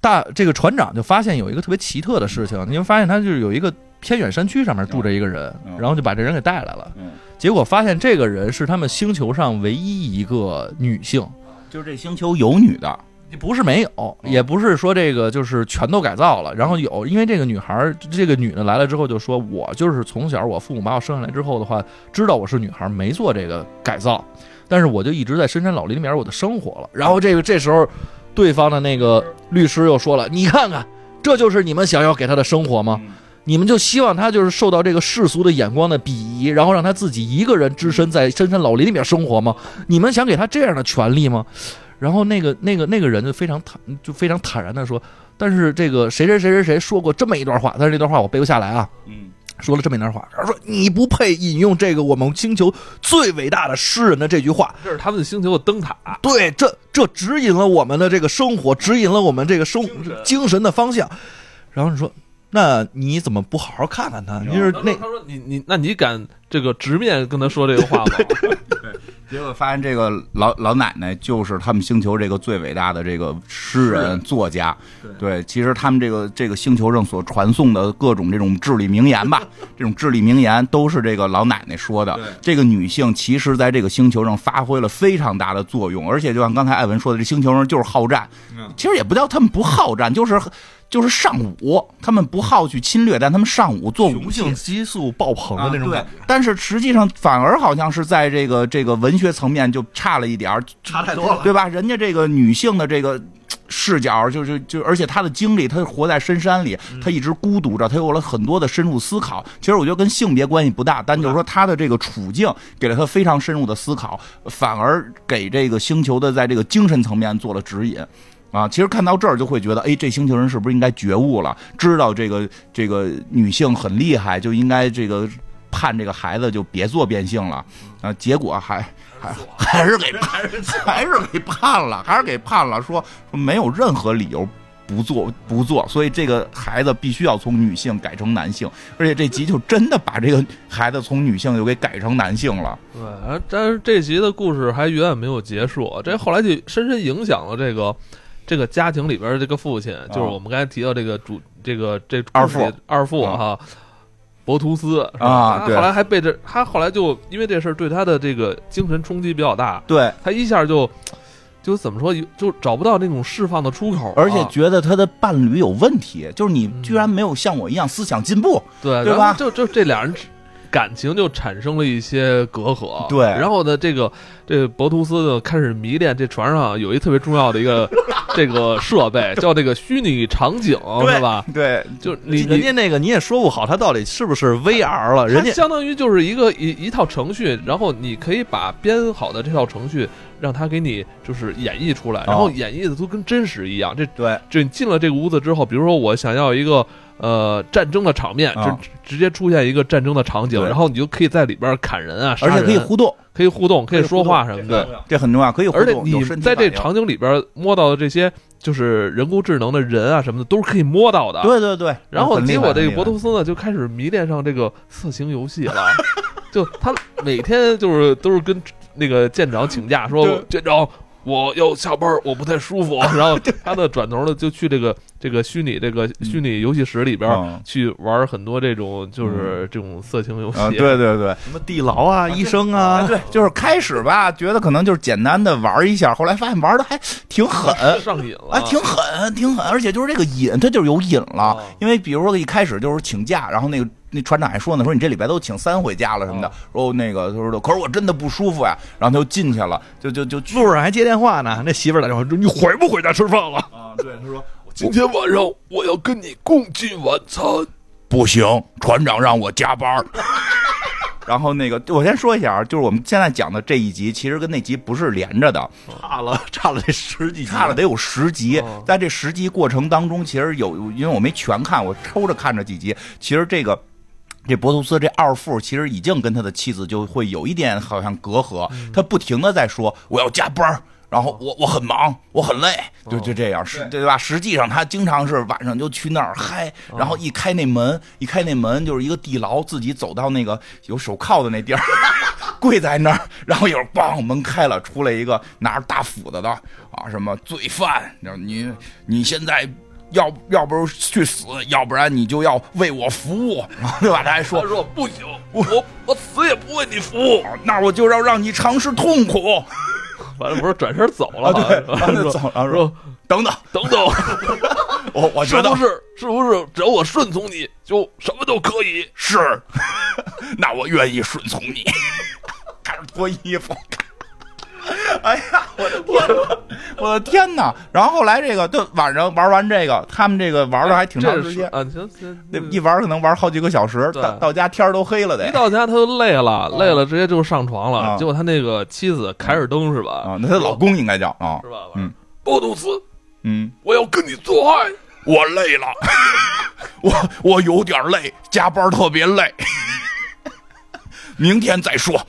C: 大这个船长就发现有一个特别奇特的事情，你会发现他就是有一个偏远山区上面住着一个人，
B: 嗯
C: 然后就把这人给带来了。
B: 嗯，
C: 结果发现这个人是他们星球上唯一一个女性，
B: 就是这星球有女的，
C: 不是没有，也不是说这个就是全都改造了，然后有，因为这个女孩儿，这个女的来了之后就说，我就是从小我父母把我生下来之后的话，知道我是女孩儿，没做这个改造，但是我就一直在深山老林里面我的生活了。然后这个这时候，对方的那个律师又说了，你看看，这就是你们想要给她的生活吗？你们就希望她就是受到这个世俗的眼光的鄙夷，然后让她自己一个人只身在深山老林里面生活吗？你们想给她这样的权利吗？然后那个那个那个人就非常坦就非常坦然的说，但是这个谁谁谁谁谁说过这么一段话，但是这段话我背不下来啊。
B: 嗯，
C: 说了这么一段话，然后说你不配引用这个我们星球最伟大的诗人的这句话，
A: 这是他们星球的灯塔，
C: 对，这这指引了我们的这个生活，指引了我们这个生精神的方向。然后你说，那你怎么不好好看看他？你就是那
A: 他说你你那你敢这个直面跟他说这个话吗？
B: 结果发现这个老老奶奶就是他们星球这个最伟大的这个诗人作家，对，其实他们这个这个星球上所传颂的各种这种至理名言吧，这种至理名言都是这个老奶奶说的
E: 对。
B: 这个女性其实在这个星球上发挥了非常大的作用，而且就像刚才艾文说的，这星球上就是好战，
E: 嗯
B: 其实也不叫他们不好战，就是就是尚武，他们不好去侵略，但他们尚武做武
C: 雄
B: 器
C: 性激素爆棚的那种
B: 啊
C: 感
B: 对
C: 觉。，
B: 但是实际上反而好像是在这个这个文学层面就差了一点儿，
E: 差太多了。
B: 对吧？人家这个女性的这个。嘖视角就就就，而且她的经历，她活在深山里，她一直孤独着，她有了很多的深入思考。其实我觉得跟性别关系不大，但就是说她的这个处境给了她非常深入的思考，反而给这个星球的在这个精神层面做了指引。啊，其实看到这儿就会觉得，哎，这星球人是不是应该觉悟了？知道这个这个女性很厉害，就应该这个盼这个孩子就别做变性了啊。结果还还还
A: *laughs*
B: 是给判，还是给判了，还是给判了，说说没有任何理由。不做不做，所以这个孩子必须要从女性改成男性，而且这集就真的把这个孩子从女性就给改成男性了。
A: 对，而但是这集的故事还远远没有结束，啊这后来就深深影响了这个这个家庭里边的这个父亲，就是我们刚才提到这个主这个这
B: 啊二父
A: 故事里二父哈。博图斯是吧
B: 啊
A: 他
B: 对
A: 后来还被这，他后来就因为这事儿对他的这个精神冲击比较大，
B: 对，
A: 他一下就就怎么说，就找不到那种释放的出口啊，
B: 而且觉得他的伴侣有问题，就是你居然没有像我一样思想进步，
A: 对
B: 对
A: 然后
B: 吧
A: 就就这俩人之感情就产生了一些隔阂。
B: 对
A: 然后呢，这个这个博图斯呢开始迷恋这船上有一特别重要的一个这个设备，叫这个虚拟场景，
B: 对
A: 是吧？
B: 对，
A: 就是你
C: 人
A: 你
C: 家那个你也说不好，他到底是不是 VR 了？人
A: 它
C: 家
A: 相当于就是一个一一套程序，然后你可以把编好的这套程序，让它给你就是演绎出来，然后演绎的都跟真实一样。这
B: 对，
A: 就你进了这个屋子之后，比如说我想要一个呃战争的场面，
B: 啊
A: 直直接出现一个战争的场景，
B: 对
A: 然后你就可以在里边砍人啊，
B: 而且
A: 杀
B: 可以
A: 人
B: 互动，
A: 可以互动，可以
B: 可以互
A: 说
B: 动
A: 话什么的。
B: 这很重要，可以互
A: 而且
B: 动。有
A: 你
B: 身体
A: 在这
B: 反应
A: 场景里边摸到的这些，就是人工智能的人啊什么的，都是可以摸到的。
B: 对对对，
A: 然后
B: 很厉
A: 结
B: 害
A: 果这
B: 很
A: 个
B: 厉
A: 博
B: 害
A: 图斯呢，就开始迷恋上这个色情游戏了，就他每天就是都是跟那个舰长请假，说
B: 对 *laughs*
A: 舰长我要下班，我不太舒服。然后他呢转头呢就去这个这个虚拟这个虚拟游戏室里边
B: 嗯
A: 去玩很多这种就是这种色情游戏，
B: 啊，对对对，
C: 什么地牢啊、医生啊，
B: 对，就是开始吧，觉得可能就是简单的玩一下，后来发现玩的还挺
C: *laughs*
B: 狠。
A: *laughs* 上瘾了，
B: 哎，挺狠，挺狠，而且就是这个瘾，它就是有瘾了。
A: 哦
B: 因为比如说一开始就是请假，然后那个那船长还说呢，说你这礼拜都请三回假了什么
C: 哦
B: 的。然后那个他说，可是我真的不舒服呀，然后他就进去了，就就就去
C: 路上还接电话呢。那媳妇儿打电话说：“你回不回家吃饭了
B: 啊，对，他说
D: 今天晚上我要跟你共进晚餐。
B: 哦不行，船长让我加班儿。 *laughs* 然后那个，我先说一下啊，就是我们现在讲的这一集，其实跟那集不是连着的，？”
C: 差了， *laughs* 差了这十几集，
B: 差了得有十集
A: 哦。
B: 在这十集过程当中，其实有，因为我没全看，我抽着看着几集。其实这个。这博图斯这二副其实已经跟他的妻子就会有一点好像隔阂，他不停的在说我要加班儿，然后我我很忙，我很累，就就这样，是对吧？实际上他经常是晚上就去那儿嗨，然后一开那门，一开那门就是一个地牢，自己走到那个有手铐的那地儿， *laughs* 跪在那儿，然后一会儿梆门开了，出来一个拿着大斧子的啊，什么罪犯，然后你你现在。要要不是去死，要不然你就要为我服务， *laughs* 然后对吧？他还说
D: 他说不行，我我死也不为你服务。
B: 那我就要让你尝试痛苦。
A: 反正不是转身走了，
B: 啊 *laughs* 对
A: 好像是
B: 然后就
A: 吧
B: 走了然后
A: 说
B: 说等等，
D: 等等，
B: 我我觉
D: 是
B: 得
D: 不是？是不是？只要我顺从你，就什么都可以。
B: 是， *laughs* 那我愿意顺从你。 *laughs* 开始脱衣服。哎呀，我的天呐，我的天呐！然后后来这个，就晚上玩完这个，他们这个玩的还挺
A: 这
B: 长
A: 是
B: 时间，
A: 啊，行行，
B: 那一玩可能玩好几个小时，
A: 对
B: 到到家天儿都黑了得
A: 一。到家他就累了，累了直接就上床
B: 哦啊
A: 了。结果他那个妻子凯尔登是吧？
B: 啊，那她老公应该叫啊，
A: 是吧？
B: 嗯
D: 包头斯，
B: 嗯，
D: 我要跟你做爱。
B: 我累了， *laughs* 我我有点累，加班特别累， *laughs* 明天再说。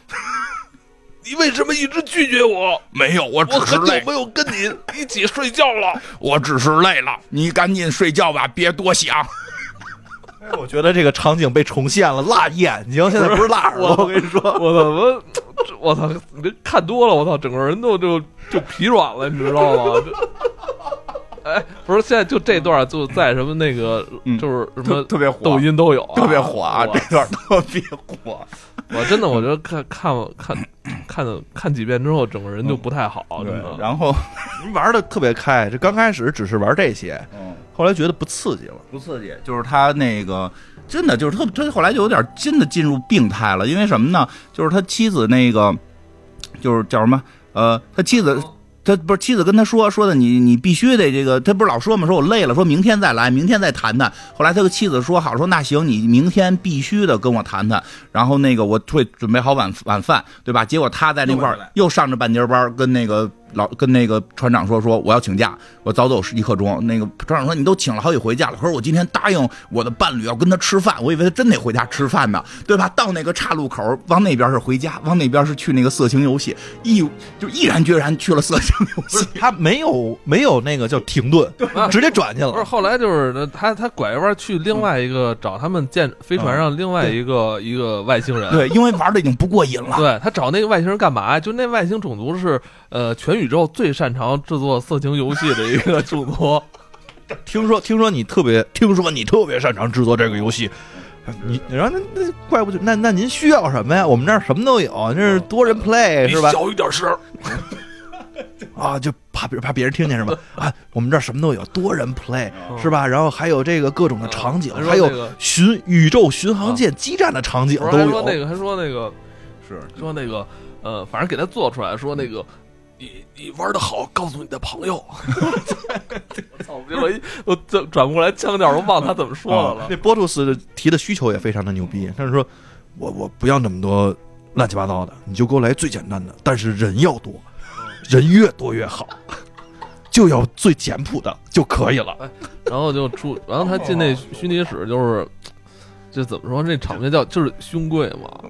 D: 你为什么一直拒绝我？
B: 没有，我
D: 我
B: 只是
D: 很久
B: 累
D: 没，有跟你一起睡觉了。
B: 我只是累了。你赶紧睡觉吧，别多想。
C: 哎我觉得这个场景被重现了，辣眼睛，现在不是辣耳朵，我跟你 *laughs* 说，
A: *laughs* 我怎么，这我操，你这看多了，我操，整个人都就就疲软了，你知道吗？这哎，不是，现在就这段就在什么那个，
B: 嗯
A: 就是什么
B: 特特别火
A: 抖音都有啊、
B: *laughs* 特别火啊，
A: 我
B: 这段特别火。
A: 我真的我觉得看看看看看几遍之后，整个人就不太好，真的。
B: 嗯然后
C: 玩的特别开。这刚开始只是玩这些，
B: 嗯，
C: 后来觉得不刺激了。
B: 不刺激，就是他那个真的就是特他后来就有点真的进入病态了，因为什么呢？就是他妻子那个就是叫什么呃，他妻子。他不是妻子跟他说说的你你必须得这个，他不是老说嘛，说我累了，说明天再来，明天再谈谈。后来他跟妻子说好，说那行，你明天必须得跟我谈谈，然后那个我会准备好晚晚饭，对吧？结果他在那块儿又上着半截班儿，跟那个老跟那个船长说说我要请假，我早走一刻钟。那个船长说你都请了好几回假了，可是我今天答应我的伴侣要跟他吃饭，我以为他真得回家吃饭呢，对吧？到那个岔路口，往那边是回家，往那边是去那个色情游戏，毅就毅然决然去了色情游戏。
C: 他没有没有那个叫停顿，直接转去
A: 不是，
C: 了。
A: 后来就是那他他拐一弯去另外一个找他们舰飞船上另外一个一个外星人，
B: 嗯对，因为玩的已经不过瘾了。
A: 对他找那个外星人干嘛？就那外星种族是呃全宇宙最擅长制作色情游戏的一个
B: *laughs*
A: 种族，
C: *laughs* 听说听说你特别，听说你特别擅长制作这个游戏。你然后那那怪不得那那您需要什么呀？我们这儿什么都有，那是多
A: 啊
C: 人 play 是吧
D: 你？小一点声儿，
C: *laughs* 啊，就怕别怕别人听见
A: *laughs*
C: 是吧？啊，我们这儿什么都有，多人 play 是吧？然后还有这个各种的场景，
A: 嗯
C: 还
A: 哦还说那
C: 有
A: 个
C: 巡宇宙巡航舰基站的场景
A: 不是
C: 都
A: 还说
C: 有。
A: 那个还说那个
B: 是
A: 说那个呃，反正给他做出来说那个。
D: 你你玩的好，告诉你的朋友。
A: 操！ *laughs* 我一我转转不过来腔调，我忘他怎么说的
B: 啊
A: 了。
C: 啊那波图斯提的需求也非常的牛逼，他是说，我我不要那么多乱七八糟的，你就给我来最简单的，但是人要多，人越多越好，就要最简朴的就可以了。
A: 然后就出，然后他进那虚拟室，就是就怎么说，那场面叫就是胸柜嘛，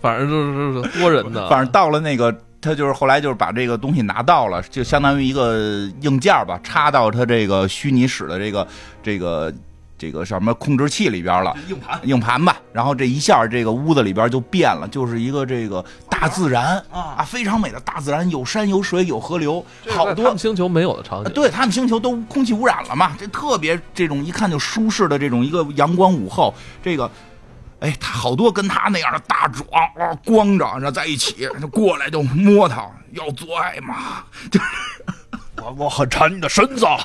A: 反正就是是多人的，
B: 反正到了那个，他就是后来就是把这个东西拿到了，就相当于一个硬件吧，插到他这个虚拟室的这个这个这个什么控制器里边了，硬盘硬盘吧。然后这一下，这个屋子里边就变了，就是一个这个大自然
C: 啊
B: 啊，非常美的大自然，有山有水有河流，
A: 这是
B: 好
A: 在
B: 多
A: 他们星球没有的场
B: 呃
A: 景。
B: 对他们星球都空气污染了嘛，这特别这种一看就舒适的这种一个阳光午后，这个，哎，他好多跟他那样的大壮啊光着，然后在一起就过来就摸他，要做爱嘛， *laughs*
D: 我我很馋你的身子。
C: 啊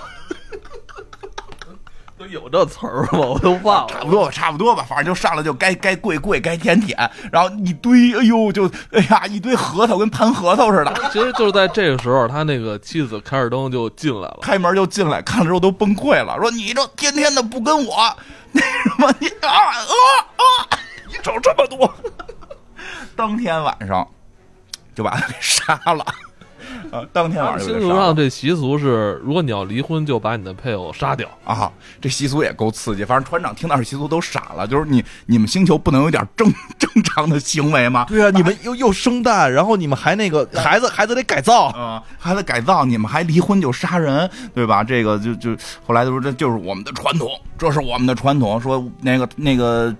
A: 都有这词儿吗？我都忘
B: 差
A: 了。
B: 不多吧，差不多吧，反正就上来就该该跪跪，该舔舔，然后一堆，哎呦，就哎呀，一堆核桃跟盘核桃似的， *laughs*
A: 其实就是在这个时候，他那个妻子凯尔登就进来了。
B: 开门就进来，看了之后都崩溃了，说你这天天的不跟我， *laughs* 那什么你啊啊啊！
D: 你找这么多，
B: 当天晚上就把他给杀了， *laughs* 啊，当天晚上就
A: 星
B: 给
A: 球
B: 杀了
A: 上这习俗是，如果你要离婚，就把你的配偶杀掉。
B: 啊，这习俗也够刺激。反正船长听到这习俗都傻了，就是你你们星球不能有点正 *laughs* 正常的行为吗？
C: 对啊，你们又又生蛋，然后你们还那个孩子孩子得改造，
B: 啊，还得改造，你们还离婚就杀人，对吧？这个就就后来就说这就是我们的传统，这是我们的传统。说那个那个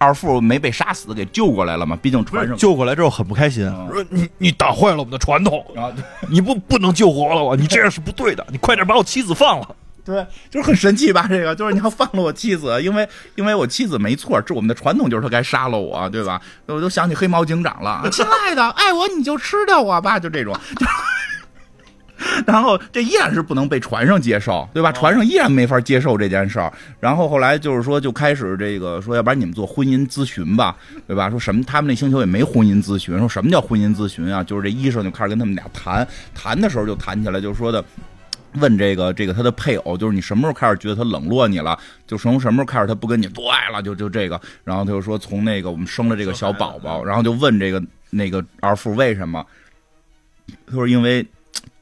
B: 二副没被杀死，给救过来了嘛？毕竟船上
C: 救过来之后很不开心，
D: 说你你打坏了我们的传统，
B: 啊，对
D: *laughs* 你不不能救活了我，你这样是不对的，你快点把我妻子放了。
B: 对，就是很神奇吧？这个就是你要放了我妻子，因为因为我妻子没错，这我们的传统就是她该杀了我，对吧？我都想起黑猫警长了，亲爱的，爱我你就吃掉我吧，就这种。 *laughs* 然后这依然是不能被船上接受，对吧？船上依然没法接受这件事儿。然后后来就是说，就开始这个说，要不然你们做婚姻咨询吧，对吧？说什么他们那星球也没婚姻咨询，说什么叫婚姻咨询啊？就是这医生就开始跟他们俩谈，谈的时候就谈起来，就说的。问这个这个他的配偶，就是你什么时候开始觉得他冷落你了？就从什么时候开始他不跟你做爱了？就就这个，然后他就说从那个我们生了这个小宝宝，然后就问这个那个二副为什么？他说因为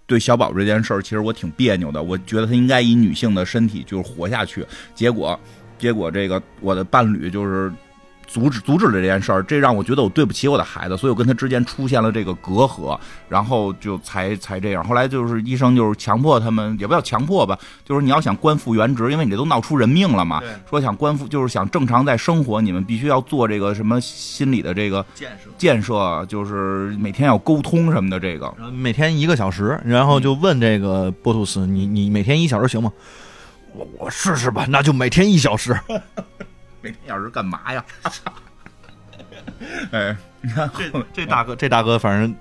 B: 对小宝宝这件事儿，其实我挺别扭的，我觉得他应该以女性的身体就是活下去，结果结果这个我的伴侣就是。阻止阻止了这件事儿，这让我觉得我对不起我的孩子，所以我跟他之间出现了这个隔阂，然后就才才这样。后来就是医生就是强迫他们，也不叫强迫吧，就是你要想官复原职，因为你这都闹出人命了嘛
C: 对。
B: 说想官复，就是想正常在生活，你们必须要做这个什么心理的这个
C: 建设。
B: 建设，就是每天要沟通什么的这个。
C: 然后每天一个小时，然后就问这个波图斯，你你每天一小时行吗？我我试试吧，那就每天一小时。
B: 每天 *laughs* 要是干嘛呀？ *laughs* 哎，你看后面
C: 这大哥，啊这大哥，反正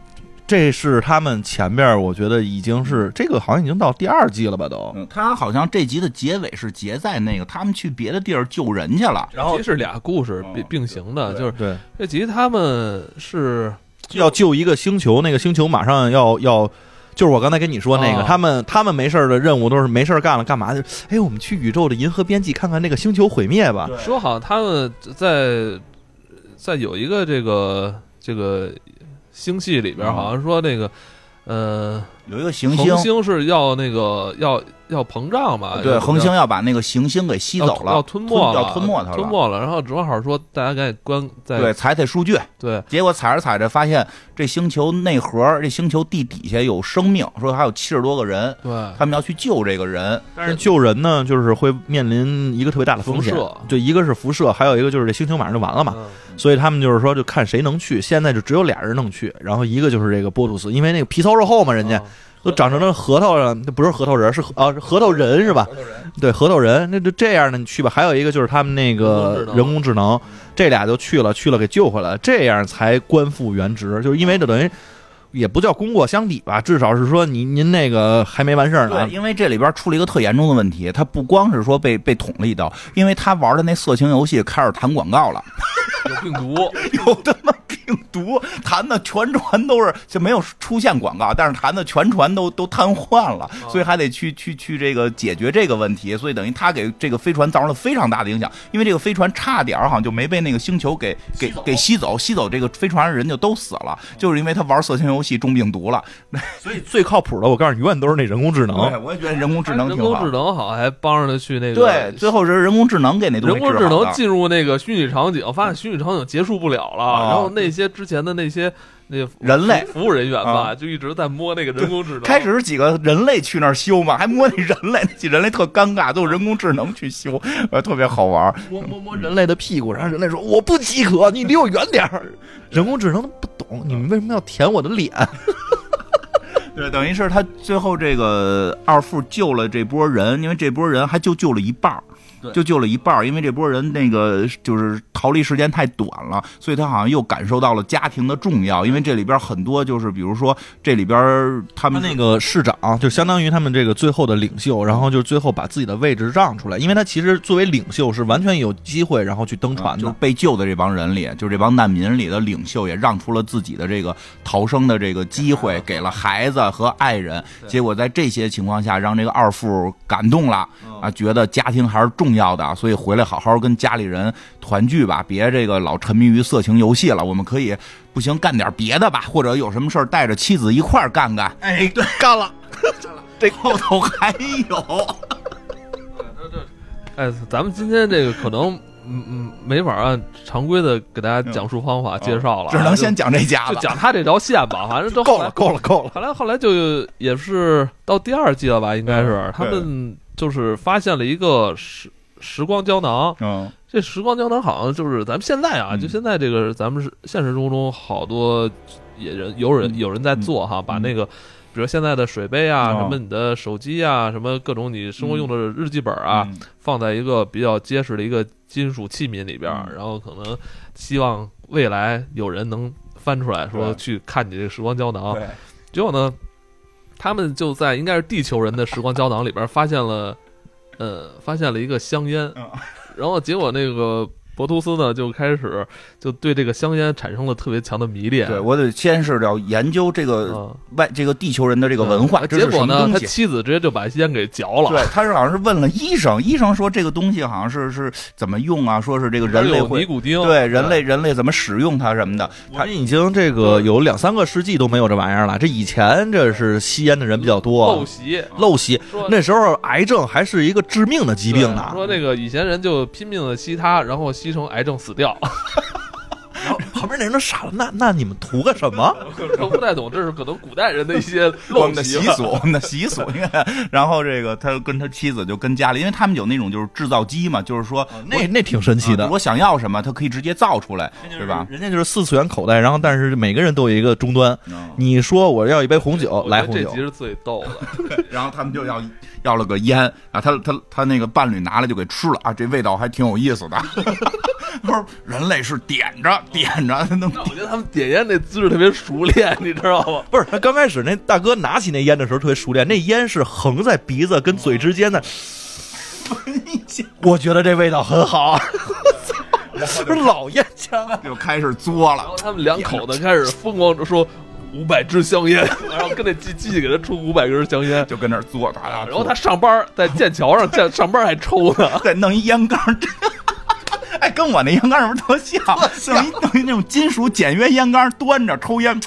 C: 这是他们前边，我觉得已经是这个好像已经到第二季了吧都。
B: 嗯，他好像这集的结尾是结在那个他们去别的地儿救人去了。
C: 然后
A: 这是俩故事
B: 哦
A: 并并行的，
B: 对
A: 就是
C: 对，
A: 这集他们是
C: 要救一个星球，那个星球马上要要。就是我刚才跟你说那个，
A: 哦
C: 他们他们没事儿的任务都是没事儿干了，干嘛去？哎，我们去宇宙的银河边际看看那个星球毁灭吧。
A: 说好像他们在在有一个这个这个星系里边，
B: 嗯
A: 好像说那个呃
B: 有一个行星
A: 恒，星是要那个要要膨胀嘛，
B: 对，哦
A: 要
B: 恒星要把那个行星给吸
A: 要
B: 走
A: 要
B: 了，
A: 吞没了，
B: 要吞没它了
A: 吞没了。然后正好说大家赶紧关在
B: 对，采采数据，
A: 对
B: 结果采着采着发现这星球内核，这星球地底下有生命，说还有七十多个人，
A: 对
B: 他们要去救这个人。
C: 但是救人呢，就是会面临一个特别大的风险
A: 辐射，
C: 就一个是辐射，还有一个就是这星球马上就完了嘛，
A: 嗯
C: 所以他们就是说就看谁能去，现在就只有俩人能去，然后一个就是这个波图斯，因为那个皮糙肉厚嘛，人家
A: 啊
C: 都长成了核桃了，那不是核桃仁，是核啊是核桃人是吧？对，核桃人，那就这样呢，你去吧。还有一个就是他们那个
A: 人工智能
C: 人工智能，这俩就去了，去了给救回来了，这样才官复原职，就是因为这等于。也不叫功过相抵吧，至少是说您您那个还没完事儿呢
B: 对，，因为这里边出了一个特严重的问题，他不光是说被被捅了一刀，因为他玩的那色情游戏开始弹广告了，
A: 有病毒，
B: *laughs* 有他妈病毒，弹的全船都是就没有出现广告，但是弹的全船都都瘫痪了，所以还得去去去这个解决这个问题，所以等于他给这个飞船造成了非常大的影响，因为这个飞船差点儿好像就没被那个星球给给给吸走，吸走这个飞船上人就都死了，就是因为他玩色情游戏中病毒了。
C: 所以最靠谱的，我告诉你，永远都是那人工智能。
B: 对，我也觉得哦人工智能
A: 人
B: 挺
A: 工
B: 好
A: 智。能好像还帮着他去那个
B: 对，最后是人工智能给那东西
A: 人工
B: 治
A: 智
B: 好的
A: 能进入那个虚拟场景，发现虚拟场景结束不了了，
B: 啊
A: 然后那些之前的那些那
B: 人类
A: 服务人员吧，
B: 啊
A: 就一直在摸那个人工智能。
B: 开始是几个人类去那儿修嘛，还摸那人类，那几人类特尴尬，都有人工智能去修，呃，特别好玩儿。
C: 摸摸摸人类的屁股，然后人类说我不饥渴，你离我远点儿。人工智能不懂，你们为什么要舔我的脸？
B: 对，等于是他最后这个二副救了这波人，因为这波人还就救了一半儿
A: 对
B: 就救了一半儿因为这波人那个就是逃离时间太短了，所以他好像又感受到了家庭的重要，因为这里边很多就是比如说这里边儿他
C: 他
B: 们
C: 那个市长就相当于他们这个最后的领袖，然后就最后把自己的位置让出来，因为他其实作为领袖是完全有机会然后去登船
B: 啊就是
C: 的。
B: 被救的这帮人里，就是这帮难民里的领袖也让出了自己的这个逃生的这个机会，给了孩子和爱人。结果在这些情况下，让这个二副感动了
A: 嗯
B: 啊，觉得家庭还是重要的，所以回来好好跟家里人团聚吧，别这个老沉迷于色情游戏了。我们可以不行干点别的吧，或者有什么事儿带着妻子一块儿干干。
C: 哎， *laughs* 对，干了。
B: 这后头还有。
A: 哎，咱们今天这个可能嗯嗯没法按常规的给大家讲述方法介绍了啊，
B: 嗯只能
A: 就
B: 先讲这家
A: 就
B: 了。
A: 讲他这条线吧，反正都
C: 够了，够了，够了。
A: 后来后来就也是到第二季了吧，应该
B: 嗯
A: 是他们就是发现了一个时时光胶囊，
B: 嗯，
A: 这时光胶囊好像就是咱们现在啊，
B: 嗯
A: 就现在这个咱们是现实生活中好多也人有人
B: 嗯
A: 有人在做哈，把那个。比如现在的水杯啊，
B: 哦
A: 什么你的手机啊，什么各种你生活用的日记本啊，
B: 嗯，
A: 放在一个比较结实的一个金属器皿里边儿，
B: 嗯
A: 然后可能希望未来有人能翻出来说
B: 对
A: 去看你这个时光胶囊。
B: 对，
A: 结果呢，他们就在应该是地球人的时光胶囊里边儿发现了，呃，发现了一个香烟
B: 嗯，
A: 然后结果那个。博图斯呢，就开始就对这个香烟产生了特别强的迷恋。
B: 对我得先是要研究这个
A: 嗯，
B: 外这个地球人的这个文化，
A: 嗯
B: 这是
A: 结果
B: 什
A: 呢，
B: 么
A: 他
B: 东西
A: 妻子直接就把烟给嚼了。 *laughs*
B: 对，他是好像是问了医生，医生说这个东西好像是是怎么用啊，说是这个人类
A: 有尼
B: 会
A: 古丁，
B: 对人类人类怎么使用它什么的，
C: 他已经这个有两三个世纪都没有这玩意儿了。这以前这是吸烟的人比较
A: 呃陋
B: 啊
C: 多，
A: 习，
C: 陋习。
A: 说
C: 那时候癌症还是一个致命的疾病
A: 对
C: 呢。
A: 说那个以前人就拼命的吸它，然后吸成癌症死
B: *laughs*
A: 掉。
C: 然后旁边那人都傻了，那那你们图个什么？
A: 我不太懂，这是可能古代人的一些
B: 我
A: 陋
B: 们的习
A: 习吧
B: 俗，我们的
A: *laughs*
B: 习俗。你看，然后这个他跟他妻子就跟家里，因为他们有那种就是制造机嘛，就是说
A: 哦
C: 那那挺神
A: 啊
C: 奇的。
B: 我想要什么，他可以直接造出来，对吧？
C: 人家就是四次元口袋，然后但是每个人都有一个终端。
B: 嗯
C: 你说我要一杯红
A: 我
C: 酒
A: 觉，得
C: 来红
A: 这
C: 酒
A: 集，是最逗的，
B: 然后他们就要要了个烟啊，他他他那个伴侣拿来就给吃了啊，这味道还挺有意思的。 *laughs* 他说人类是点着点着 *laughs* 能
A: *laughs* 我觉得他们点烟那姿势特别熟练，你知道吗？
C: 不是他刚开始那大哥拿起那烟的时候特别熟练，那烟是横在鼻子跟嘴之间的，我觉得这味道很好。啊不 *laughs* 是老烟枪啊，
B: 就开始作
A: 然
B: 了
A: 后。他们两口子开始疯狂地说五百支香烟， *laughs* 然后跟那机机器给他出五百根香烟。
B: 就跟那儿作，他啊俩
A: 然后他上班在剑桥上，在上班还抽呢，
B: 再弄一烟缸，这 *laughs* 哎，跟我那烟缸是不是特
A: *laughs*
B: 像？弄一弄一那种金属简约烟缸，端着抽烟，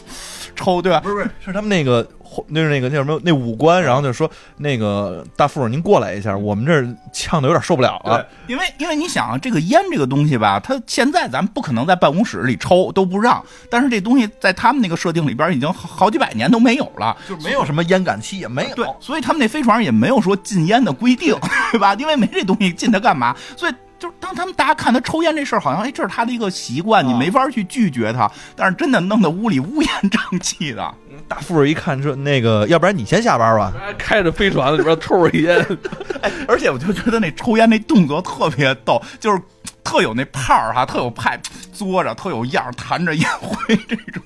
B: 抽对吧？
C: 不是不是，是他们那个那是那个那叫什么那五官，然后就说那个大副您过来一下，我们这儿呛的有点受不了
B: 对
C: 了。，
B: 因为因为你想啊，这个烟这个东西吧，它现在咱们不可能在办公室里抽，都不让。但是这东西在他们那个设定里边已经好好几百年都没有了，
C: 就是没有什么烟感器，也没有
B: 对，所以他们那飞船上也没有说禁烟的规定， *laughs* 对吧？因为没这东西，禁它干嘛？所以就是当他们大家看他抽烟这事儿，好像哎，这是他的一个习惯，你没法去拒绝他。但是真的弄得屋里乌烟瘴气的，
C: 大副一看说那个，要不然你先下班啊吧。
A: 还开着飞船里边抽着烟，
B: 哎，而且我就觉得那抽烟那动作特别逗，就是特有那泡儿哈，特有派，嘬着特有样儿，弹着烟灰这种。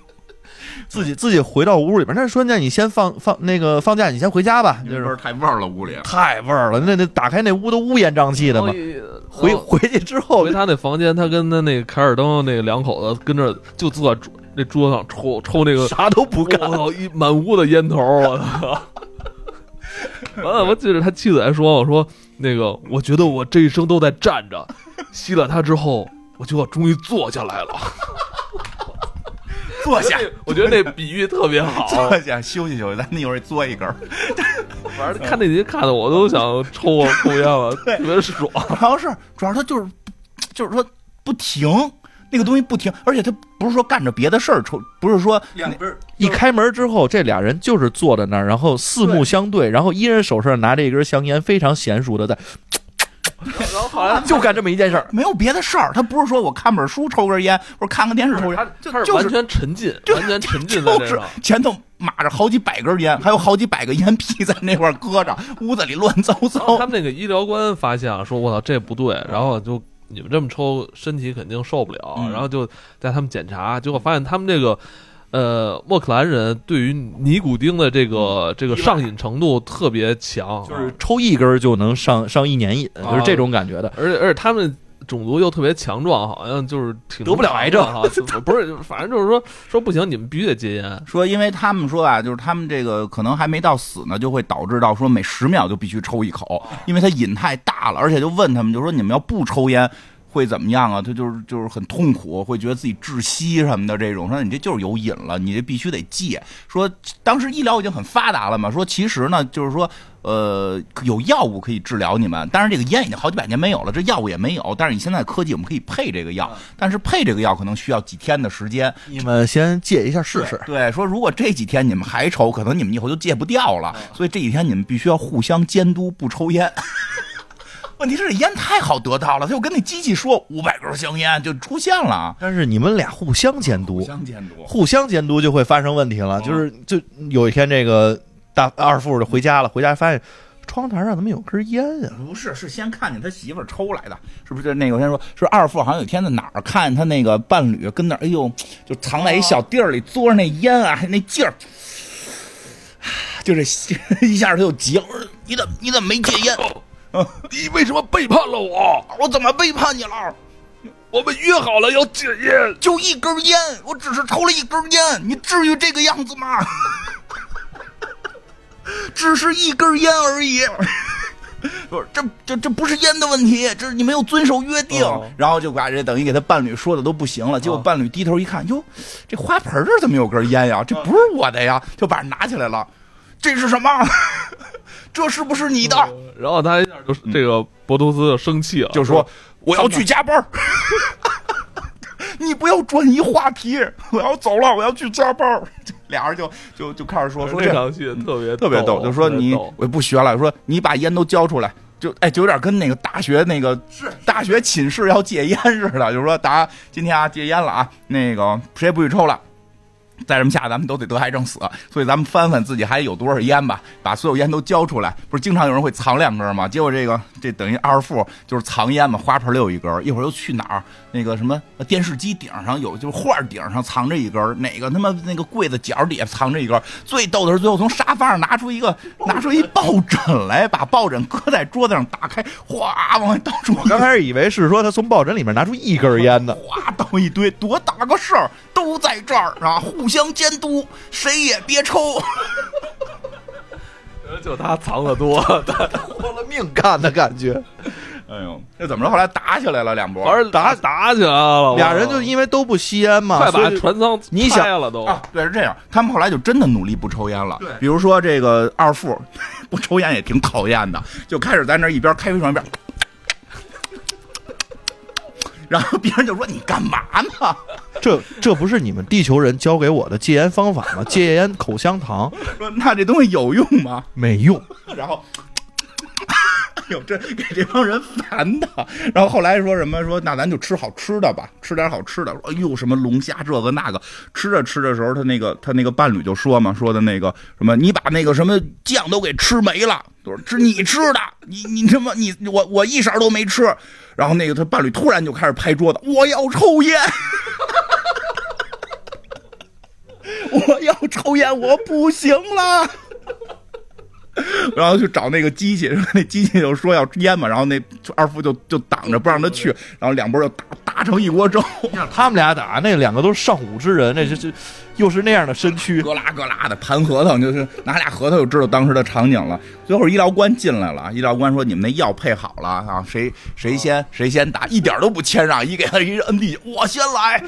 C: 自己自己回到屋里边，那说那你先放放那个放假，你先回家吧。就是
B: 太味儿了，屋里。
C: 太味儿了，那那打开那屋都乌烟瘴气的嘛。回
A: 然后
C: 回去之后
A: 回，他那房间，他跟他那凯尔登那两口子跟这儿就坐在桌那桌上抽抽那个，
C: 啥都不干。
A: 我操，一满屋的烟头，我操！ *laughs* 完了，我记得他妻子还说：“我说那个，我觉得我这一生都在站着，吸了它之后，我就要终于坐下来了。
B: *laughs* 坐下，
A: *laughs* 我觉得那比喻特别好，
B: *laughs* 坐下，休息休息，咱一会儿嘬一根儿。
A: 反正看那集看的我都想抽啊抽烟了，特别爽。
B: 然后是，主要他就是，就是说不停。那个东西不停，而且他不是说干着别的事儿，抽不是说
E: 两边儿
C: 一开门之后，这俩人就是坐在那儿，然后四目相对，然后一人手上拿着一根香烟，非常娴熟的在，
A: 然后后来 *laughs*
C: 就干这么一件事儿。
B: 没有别的事儿，他不是说我看本书抽根烟，或者看个电视抽根
A: 他
B: 烟，
A: 他是
B: 就是
A: 完全沉浸，
B: 就
A: 完全沉浸在
B: 就
A: 这
B: 是
A: 上。
B: 前头码着好几百根烟，还有好几百个烟屁在那块儿搁着，屋子里乱糟
A: 然后
D: 哦
B: 糟
A: 他。们那个医疗官发现啊了，说：“我操，这不对。”然后就你们这么抽，身体肯定受不了。
B: 嗯
A: 然后就带他们检查，结果发现他们这个呃莫克兰人对于尼古丁的这
D: 嗯
A: 个这个上瘾程度特别强，啊
E: 就是
C: 抽一根就能上上一年瘾，就是这种感觉的。
A: 而且而且他们。种族又特别强壮，好像就是挺
C: 得不了癌症
A: 哈，就 *laughs* 不是，反正就是说说不行，你们必须得戒烟。
B: 说，因为他们说啊，就是他们这个可能还没到死呢，就会导致到说每十秒就必须抽一口，因为他瘾太大了，而且就问他们，就说你们要不抽烟会怎么样啊？他就是就是很痛苦，会觉得自己窒息什么的这种。说你这就是有瘾了，你这必须得戒。说当时医疗已经很发达了嘛，说其实呢，就是说。呃，有药物可以治疗你们，但是这个烟已经好几百年没有了，这药物也没有。但是你现在科技，我们可以配这个药，但是配这个药可能需要几天的时间。
C: 你们先戒一下试试。
B: 对，说如果这几天你们还抽，可能你们以后就戒不掉了。所以这几天你们必须要互相监督，不抽烟。 *laughs* 问题是这烟太好得到了，他就跟那机器说五百根香烟就出现了，啊
C: 但是你们俩互相监督，
B: 相监督。
C: 互相监督就会发生问题了。就是就有一天，这个大二副就回家了，回家发现窗台上怎么有根烟啊？
B: 不是，是先看见他媳妇儿抽来的，是不是？那个我先说，是二副好像有一天在哪儿看见他那个伴侣跟那儿，哎呦，就藏在一小地儿里嘬着那烟啊，那劲儿， *sighs* 就这 *laughs* 一下他就急了，我说你怎么你怎么没戒烟？
D: 你为什么背叛了我？
B: 我怎么背叛你了？
D: 我们约好了要戒烟。
B: 就一根烟，我只是抽了一根烟，你至于这个样子吗？ *laughs* 只是一根烟而已。 *laughs* 不是，这这这不是烟的问题，这是你没有遵守约定。
A: 哦
B: 然后就把这等于给他伴侣说的都不行了，结果
A: 哦
B: 伴侣低头一看，哟，这花盆这儿怎么有根烟呀？这不是我的呀，就把人拿起来了。这是什么？ *laughs* 这是不是你的？
A: 然后他一下
D: 嗯
A: 就是这个博图斯就生气了，
B: 就说我要去加班儿。 *laughs* 你不要转移话 *laughs* 题，我要走了，我要去加班儿。 *laughs* 俩人就就就开始说说
A: 这
B: 这
A: 场戏特别
B: 特别逗，就说
A: 特别
B: 你
A: 逗
B: 我不学了，说你把烟都交出来，就哎，就有点跟那个大学那个大学寝室要戒烟似的，就是说大家今天啊戒烟了啊，那个谁也不许抽了。再这么下，咱们都得得癌症死，所以咱们翻翻自己还有多少烟吧，把所有烟都交出来。不是经常有人会藏两根吗？结果这个这等于二副就是藏烟嘛，花盆里有一根，一会儿又去哪儿那个什么呃电视机顶上有，就是画儿顶上藏着一根，哪个他妈那个柜子角底下藏着一根。最逗的是，最后从沙发上拿出一个 *laughs* 拿出一抱枕来，把抱枕搁在桌子上，打开，哗往外倒出一
C: *laughs* 刚开始以为是说他从抱枕里面拿出一根烟呢，
B: 哗倒一堆，多大个事儿都在这儿啊！互相监督，谁也别抽。
A: 就他藏的多，
C: *laughs* 豁了命干的感觉。
B: 哎呦，这怎么着？后来打起来了，两拨。
A: 玩儿打打起来了，
C: 俩人就因为都不吸烟嘛，
A: 快把
C: 所以
A: 船舱
C: 你想
A: 拆了都，
B: 啊，对，是这样。他们后来就真的努力不抽烟了。对，比如说这个二副 *laughs* 不抽烟也挺讨厌的，就开始在那儿一边开飞船一边，然后别人就说你干嘛呢？ *laughs*
C: 这这不是你们地球人教给我的戒烟方法 *laughs* 吗？戒烟口香糖
B: 说那这东西有用吗？
C: 没用，
B: 然 *laughs* 后。哎呦，这给这帮人烦的。然后后来说什么？说那咱就吃好吃的吧，吃点好吃的。说哎呦，什么龙虾这个那个。吃着吃着时候，他那个他那个伴侣就说嘛，说的那个什么，你把那个什么酱都给吃没了，就是吃你吃的，你你他妈你我我一勺都没吃。然后那个他伴侣突然就开始拍桌子，我要抽烟。 *laughs* 我要抽烟，我不行了。然后去找那个机器， *laughs* 说那机器就说要烟嘛，然后那二副就就挡着不让他去，然后两拨就打打成一锅粥， *laughs*
C: 他们俩打那两个都是上古之人，那是是又是那样的身躯，
B: 咯啦咯啦的盘核桃，就是拿俩核桃就知道当时的场景了。最后医疗官进来了，医疗官说你们那药配好了啊，谁谁先谁先打，一点都不谦让，一给他一摁地，我先来。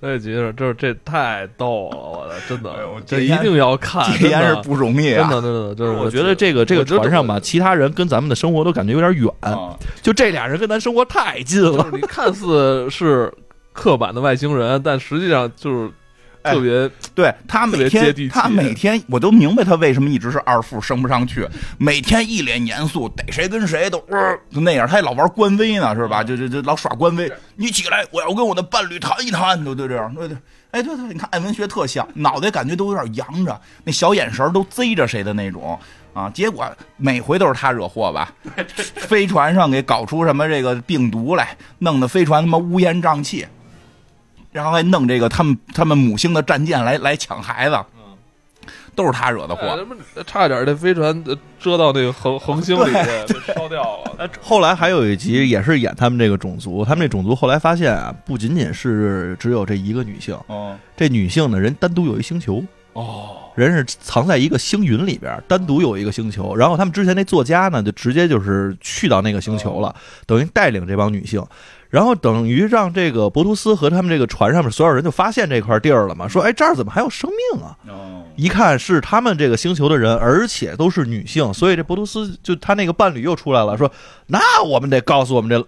A: 这觉得这这太逗了，我的真的
B: 哎呦，
A: 这
B: 戒
A: 一
B: 烟
A: 定要看，
B: 戒烟
A: 啊真
B: 是
A: 的
B: 不容易
A: 真
B: 啊。
A: 的真的真的，
C: 我觉得这个这个船上吧，，其他人跟咱们的生活都感觉有点远，
B: 啊
C: 就这俩人跟咱生活太近
A: 我觉得就
C: 了。
A: 是你看似是。刻板的外星人，但实际上就是
B: 哎
A: 特别
B: 对他每
A: 特别接
B: 天
A: 地气，
B: 他每天我都明白他为什么一直是二副升不上去，每天一脸严肃，逮谁跟谁都、呃、就那样，他还老玩官威呢，是
A: 嗯
B: 吧？就就就老耍官威。你起来，我要跟我的伴侣谈一谈，都都这样，对对。哎，对对，你看艾文学特像，脑袋感觉都有点扬着，那小眼神儿都贼着谁的那种啊。结果每回都是他惹
A: *laughs*
B: 祸吧？飞船上给搞出什么这个病毒来，弄得飞船他妈乌烟瘴气。然后还弄这个他们他们母星的战舰来来抢孩子，都是他惹的
A: 哎
B: 祸。
A: 他妈差一点这飞船呃遮到那个恒恒星里被烧掉了。
C: 后来还有一集也是演他们这个种族，他们这种族后来发现啊，不仅仅是只有这一个女性，
B: 哦
C: 这女性呢人单独有一星球，
A: 哦，
C: 人是藏在一个星云里边，单独有一个星球。然后他们之前那作家呢，就直接就是去到那个星球了，等于带领这帮女性。然后等于让这个博图斯和他们这个船上面所有人就发现这块地儿了嘛，说哎这儿怎么还有生命啊？
B: 哦，
C: 一看是他们这个星球的人，而且都是女性，所以这博图斯就他那个伴侣又出来了，说那我们得告诉我们这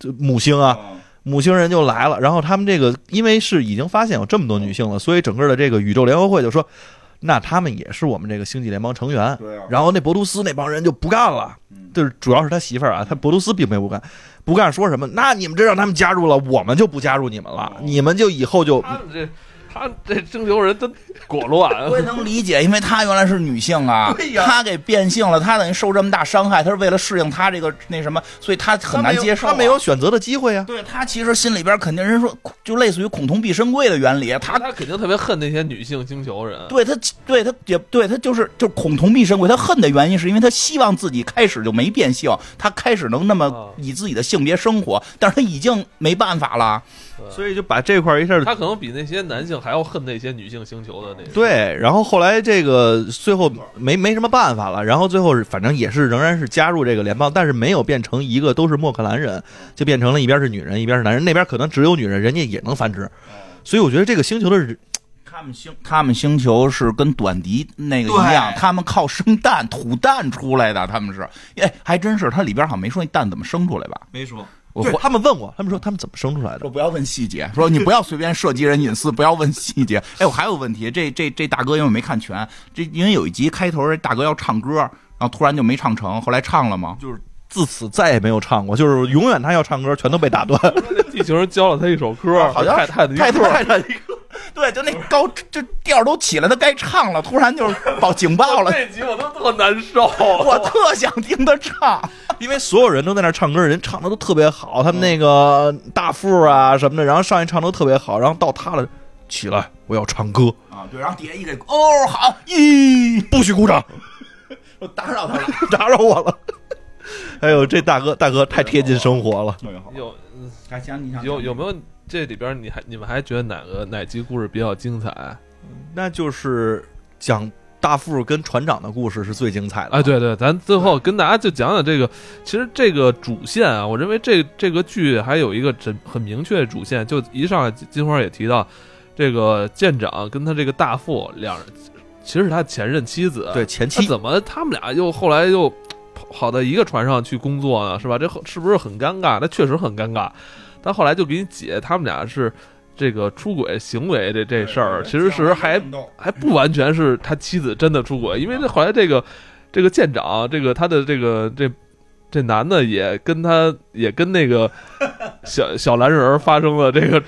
C: 这母星啊，母星人就来了，然后他们这个因为是已经发现有这么多女性了，所以整个的这个宇宙联合会就说，那他们也是我们这个星际联邦成员。
B: 对啊
C: 然后那博图斯那帮人就不干了，就是主要是他媳妇儿啊，他博图斯并没有不干，不干说什么？那你们这让他们加入了，我们就不加入你们了，你们就以后就
A: 他们这他这星球人真果乱
B: *laughs* 我。也能理解，因为她原来是女性啊，她给变性了，她等于受这么大伤害，她是为了适应她这个那什么，所以她很难接受、
C: 啊
B: 啊
C: 他没有，选择的机会呀、啊
B: 对她其实心里边肯定人说，就类似于孔同必身贵的原理，她
A: 他他肯定特别恨那些女性星球人，
B: 对他，对他也对他就是就是恐同必生贵。他恨的原因是因为他希望自己开始就没变性，他开始能那么
A: 啊
B: 以自己的性别生活，但是他已经没办法了。
C: 所以就把这块儿一下
A: 他可能比那些男性还要恨那些女性星球的那些。
C: 对，然后后来这个最后没没什么办法了，然后最后是反正也是仍然是加入这个联邦，但是没有变成一个都是莫克兰人，就变成了一边是女人一边是男人，那边可能只有女人，人家也能繁殖，所以我觉得这个星球的人
B: 他们星他们星球是跟短笛那个一样，他们靠生蛋土蛋出来的，他们是哎还真是，它里边好像没说那蛋怎么生出来吧？
C: 没说，
B: 我
C: 对
B: 回
C: 他们问我，他们说他们怎么生出来的
B: 说，不要问细节，说你不要随便涉及人隐私，不要问细节。哎，我还有问题，这这这大哥因为我没看全，这因为有一集开头这大哥要唱歌，然后突然就没唱成，后来唱了吗？
C: 就是自此再也没有唱过，就是永远他要唱歌全都被打断，
A: 那地球人教了他一首歌，
B: 好像
A: 泰坦尼克
B: 太太太一个，对，就那高就调都起来，他该唱了，突然 *laughs* 就是报警报了，
A: 这集我都特难受。
B: *laughs* 我特想听他唱。
C: 因为所有人都在那儿唱歌，人唱的都特别好，他们那个大副啊什么的，然后上去唱都特别好，然后到他了，起来我要唱歌，
B: 啊，对，然后底下一给哦好，咦，
C: 不许鼓掌。
B: 我打扰他了。
C: *laughs* 打扰我了。哎呦，这大哥大哥太贴近生活了。
A: 有
B: 还行，你想
A: 有有没有这里边你还你们还觉得哪个哪集故事比较精彩？
C: 那就是讲大副跟船长的故事是最精彩的。
A: 哎，，对对，咱最后跟大家就讲讲这个，其实这个主线啊，我认为这这个剧还有一个很很明确的主线，就一上来金花也提到，这个舰长跟他这个大副两人，其实是他前任妻子，
C: 对前
A: 他
C: 期
A: 怎么他们俩又后来又跑跑到一个船上去工作呢？是吧？这后是不是很尴尬？那确实很尴尬。但后来就给你解，他们俩是这个出轨行为这这事儿，其实是还还不完全是他妻子真的出轨，因为这后来这个这个舰长，这个他的这个这这男的也跟他也跟那个小小蓝人儿发生了这个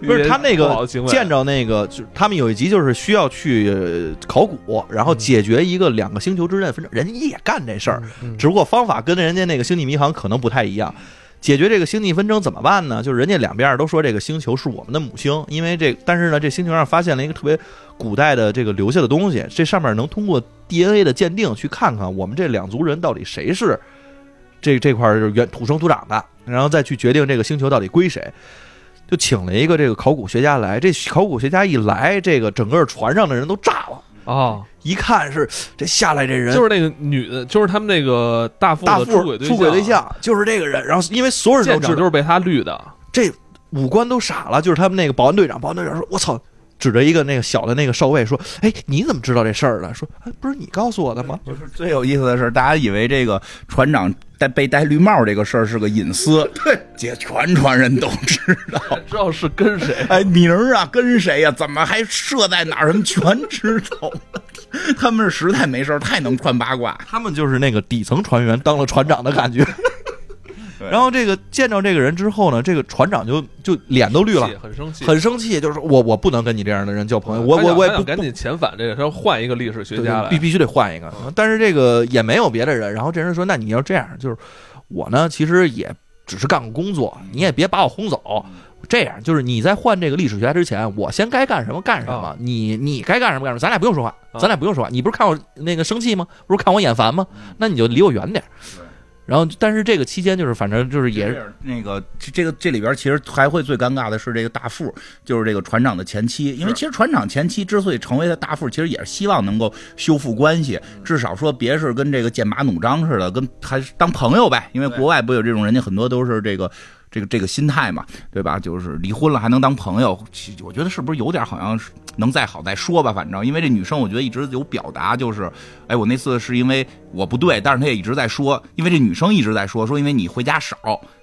C: 不是他那个
A: 不好的行为，啊
C: 见着那个，就是他们有一集就是需要去呃考古，然后解决一个两个星球之间的纷争，人家也干这事儿，
A: 嗯
C: 只不过方法跟人家那个星际迷航可能不太一样。解决这个星际纷争怎么办呢？就是人家两边儿都说这个星球是我们的母星，因为这，但是呢，这星球上发现了一个特别古代的这个留下的东西，这上面能通过 DNA 的鉴定去看看我们这两族人到底谁是这这块儿就是原土生土长的，然后再去决定这个星球到底归谁。就请了一个这个考古学家来，这考古学家一来，这个整个船上的人都炸了，
A: 啊，
C: 一看是这下来这人
A: 就是那个女的，就是他们那个大副
C: 大
A: 的
C: 副
A: 出轨对啊
C: 出轨对，象就是这个人，然后因为所有人
A: 舰
C: 都知
A: 长哦就
C: 道
A: 是被他绿的。
C: 这五官都傻了，就是他们那个保安队长，保安队长说：“我操！”指着一个那个小的那个少尉说：“哎，你怎么知道这事儿的？”说：“哎，不是你告诉我的吗
B: 就是最有意思的是，大家以为这个船长戴被戴绿帽这个事儿是个隐私， *laughs* 对，姐全船人都知 *laughs* 道。
A: 知道是跟 *laughs* 谁。
B: 哎，名儿啊，跟谁呀、怎么还设在哪儿？什么全知道？他们实在没事儿，太能穿八卦。
C: 他们就是那个底层船员当了船长的
A: *laughs*
C: 感觉。
B: 对
C: 然后这个见着这个人之后呢，这个船长就就脸都绿了
A: 气，很生气，
C: 很生气，就是说我我不能跟你这样的人交朋友，我
A: 他
C: 我
A: 想
C: 我也
A: 他
C: 不
A: 想赶紧遣返这个，他要换一个历史学
C: 对
A: 家
C: 对
A: 来
C: 必。必须得换一个。但是这个也没有别的人。然后这人说：“那你要这样，就是我呢，其实也只是干个工作，你也别把我轰走。这样就是你在换这个历史学家之前，我先该干什么干什么，
A: 啊
C: 你你该干什么干什么，咱俩不用说话，
A: 啊
C: 咱俩不用说话。你不是看我那个生气吗？不是看我眼烦吗？那你就离我远点儿。”然后，但是这个期间就是，反正就是也是
B: 那个这这个这里边其实还会最尴尬的是这个大副，就是这个船长的前妻，因为
A: 是
B: 其实船长前妻之所以成为他大副，其实也是希望能够修复关系，
C: 嗯
B: 至少说别是跟这个剑拔弩张似的，跟还是当朋友呗。因为国外不有这种人家很多都是这个。这个这个心态嘛，对吧？就是离婚了还能当朋友，其我觉得是不是有点好像是能再好再说吧？反正因为这女生，我觉得一直有表达，就是，哎，我那次是因为我不对，但是她也一直在说，因为这女生一直在说，说因为你回家少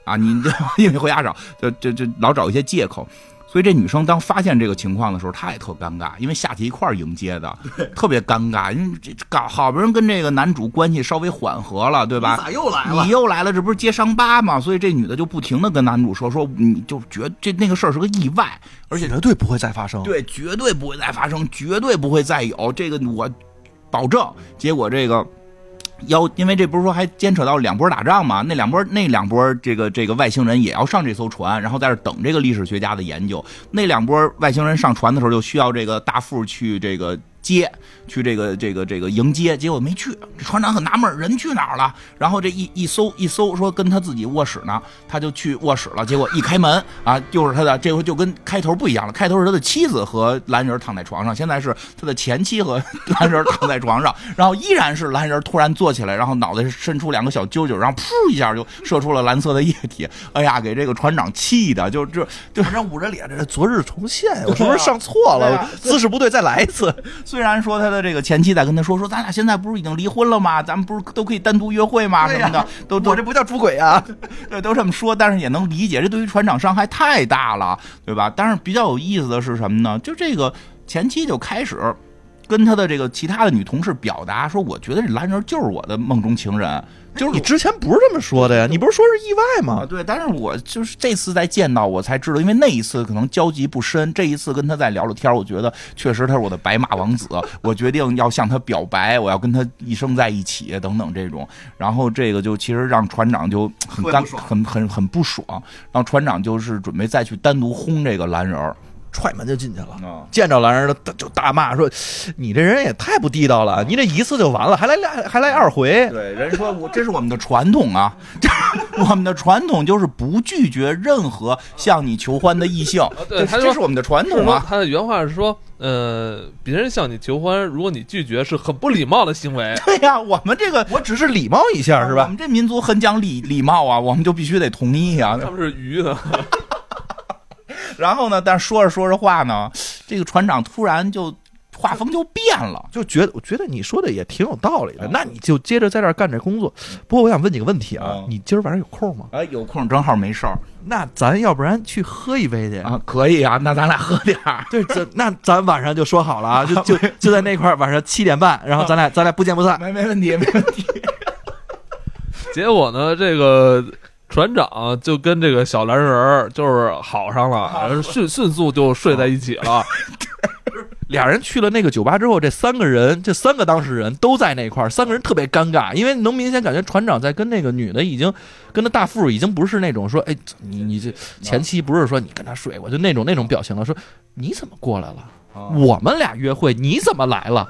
B: 啊，你 *laughs* 因为回家少，就就就老找一些借口。所以这女生当发现这个情况的时候，她也特尴尬，因为下去一块儿迎接的，特别尴尬。因为这搞好不容易跟这个男主关系稍微缓和了，对吧？
E: 你咋又来了
B: 你？又来了，这不是揭伤疤吗？所以这女的就不停的跟男主说，说你就觉得这那个事儿是个意外，而且
C: 绝对不会再发生。
B: 对，绝对不会再发生，绝对不会再有这个，我保证。结果这个。要，因为这不是说还牵扯到两波打仗嘛？那两波那两波这个这个外星人也要上这艘船，然后在这儿等这个历史学家的研究。那两波外星人上船的时候，就需要这个大副去这个接，去这个这个这个迎接，结果没去。这船长很纳闷儿，人去哪儿了？然后这一一搜一搜，说跟他自己卧室呢，他就去卧室了。结果一开门啊，就是他的，这回就跟开头不一样了。开头是他的妻子和蓝人躺在床上，现在是他的前妻和蓝人躺在床上，然后依然是蓝人突然坐起来，然后脑袋伸出两个小揪揪，然后噗一下就射出了蓝色的液体。哎呀，给这个船长气的，就就就
C: 反正捂着脸，这是昨日重现，我是不是上错
B: 对
C: 了
B: 啊？
C: 姿势不对，再来一次。
B: *laughs* 虽然说他的这个前妻在跟他说说，咱俩现在不是已经离婚了吗？咱们不是都可以单独约会吗？什么的，都都
C: 我这不叫出轨啊！
B: *laughs* 对都这么说，但是也能理解，这对于船长伤害太大了，对吧？但是比较有意思的是什么呢？就这个前妻就开始。跟他的这个其他的女同事表达说，我觉得这蓝人就是我的梦中情人，就是
C: 哎你之前不是这么说的呀？你不是说是意外
B: 啊，
C: 吗？
B: 对，但是我就是这次再见到我才知道，因为那一次可能交集不深，这一次跟他再聊聊天儿，我觉得确实他是我的白马王子，我决定要向他表白，我要跟他一生在一起等等这种，然后这个就其实让船长就很
E: 会
B: 尴
E: 不爽
B: 很很很不爽，然后船长就是准备再去单独轰这个蓝人儿
C: 踹门就进去了。
B: 啊。
C: 见着蓝人了就大骂说：“你这人也太不地道了！你这一次就完了，还来俩，还来二回。
B: 对，人说我这是我们的传统啊，这我们的传统就是不拒绝任何向你求欢的异性，
A: 对
B: 这
A: 他
B: 这
A: 说
B: 是我们的传
A: 是
B: 统
A: 说
B: 啊。
A: 他的原话是说，呃，别人向你求欢，如果你拒绝，是很不礼貌的行为。 *laughs*
B: 对呀、我们这个
C: *laughs* 我只是礼貌一下，是
B: 我
C: 吧
B: 们这民族很讲礼礼貌啊，我们就必须得同意 *laughs* 啊。
A: 他们是鱼呢，
B: 然后呢，但是说着说着话呢，这个船长突然就画风就变了？”。
C: 就觉得我觉得你说的也挺有道理的，那你就接着在这儿干这工作。不过我想问几个问题啊
B: 嗯，
C: 你今儿晚上有空吗？
B: 哎，有空正好没事儿
C: 那咱要不然去喝一杯去？
B: 啊，可以啊，那咱俩喝点儿。
C: 对，咱那咱晚上就说好了啊，就 *laughs* 就就在那块儿晚上七点半，然后咱俩咱俩不见不散。
B: 没没问题，没 *laughs* 问题。
A: 结果呢，这个船长就跟这个小蓝人儿就是好上了，然后迅迅速就睡在一起了。
C: 俩人去了那个酒吧之后，这三个人，这三个当事人都在那块儿，三个人特别尴尬，因为能明显感觉船长在跟那个女的已经，跟那大副已经不是那种说，哎，你你这前妻不是说你跟他睡过，就那种那种表情了，说你怎么过来了？我们俩约会，你怎么来了？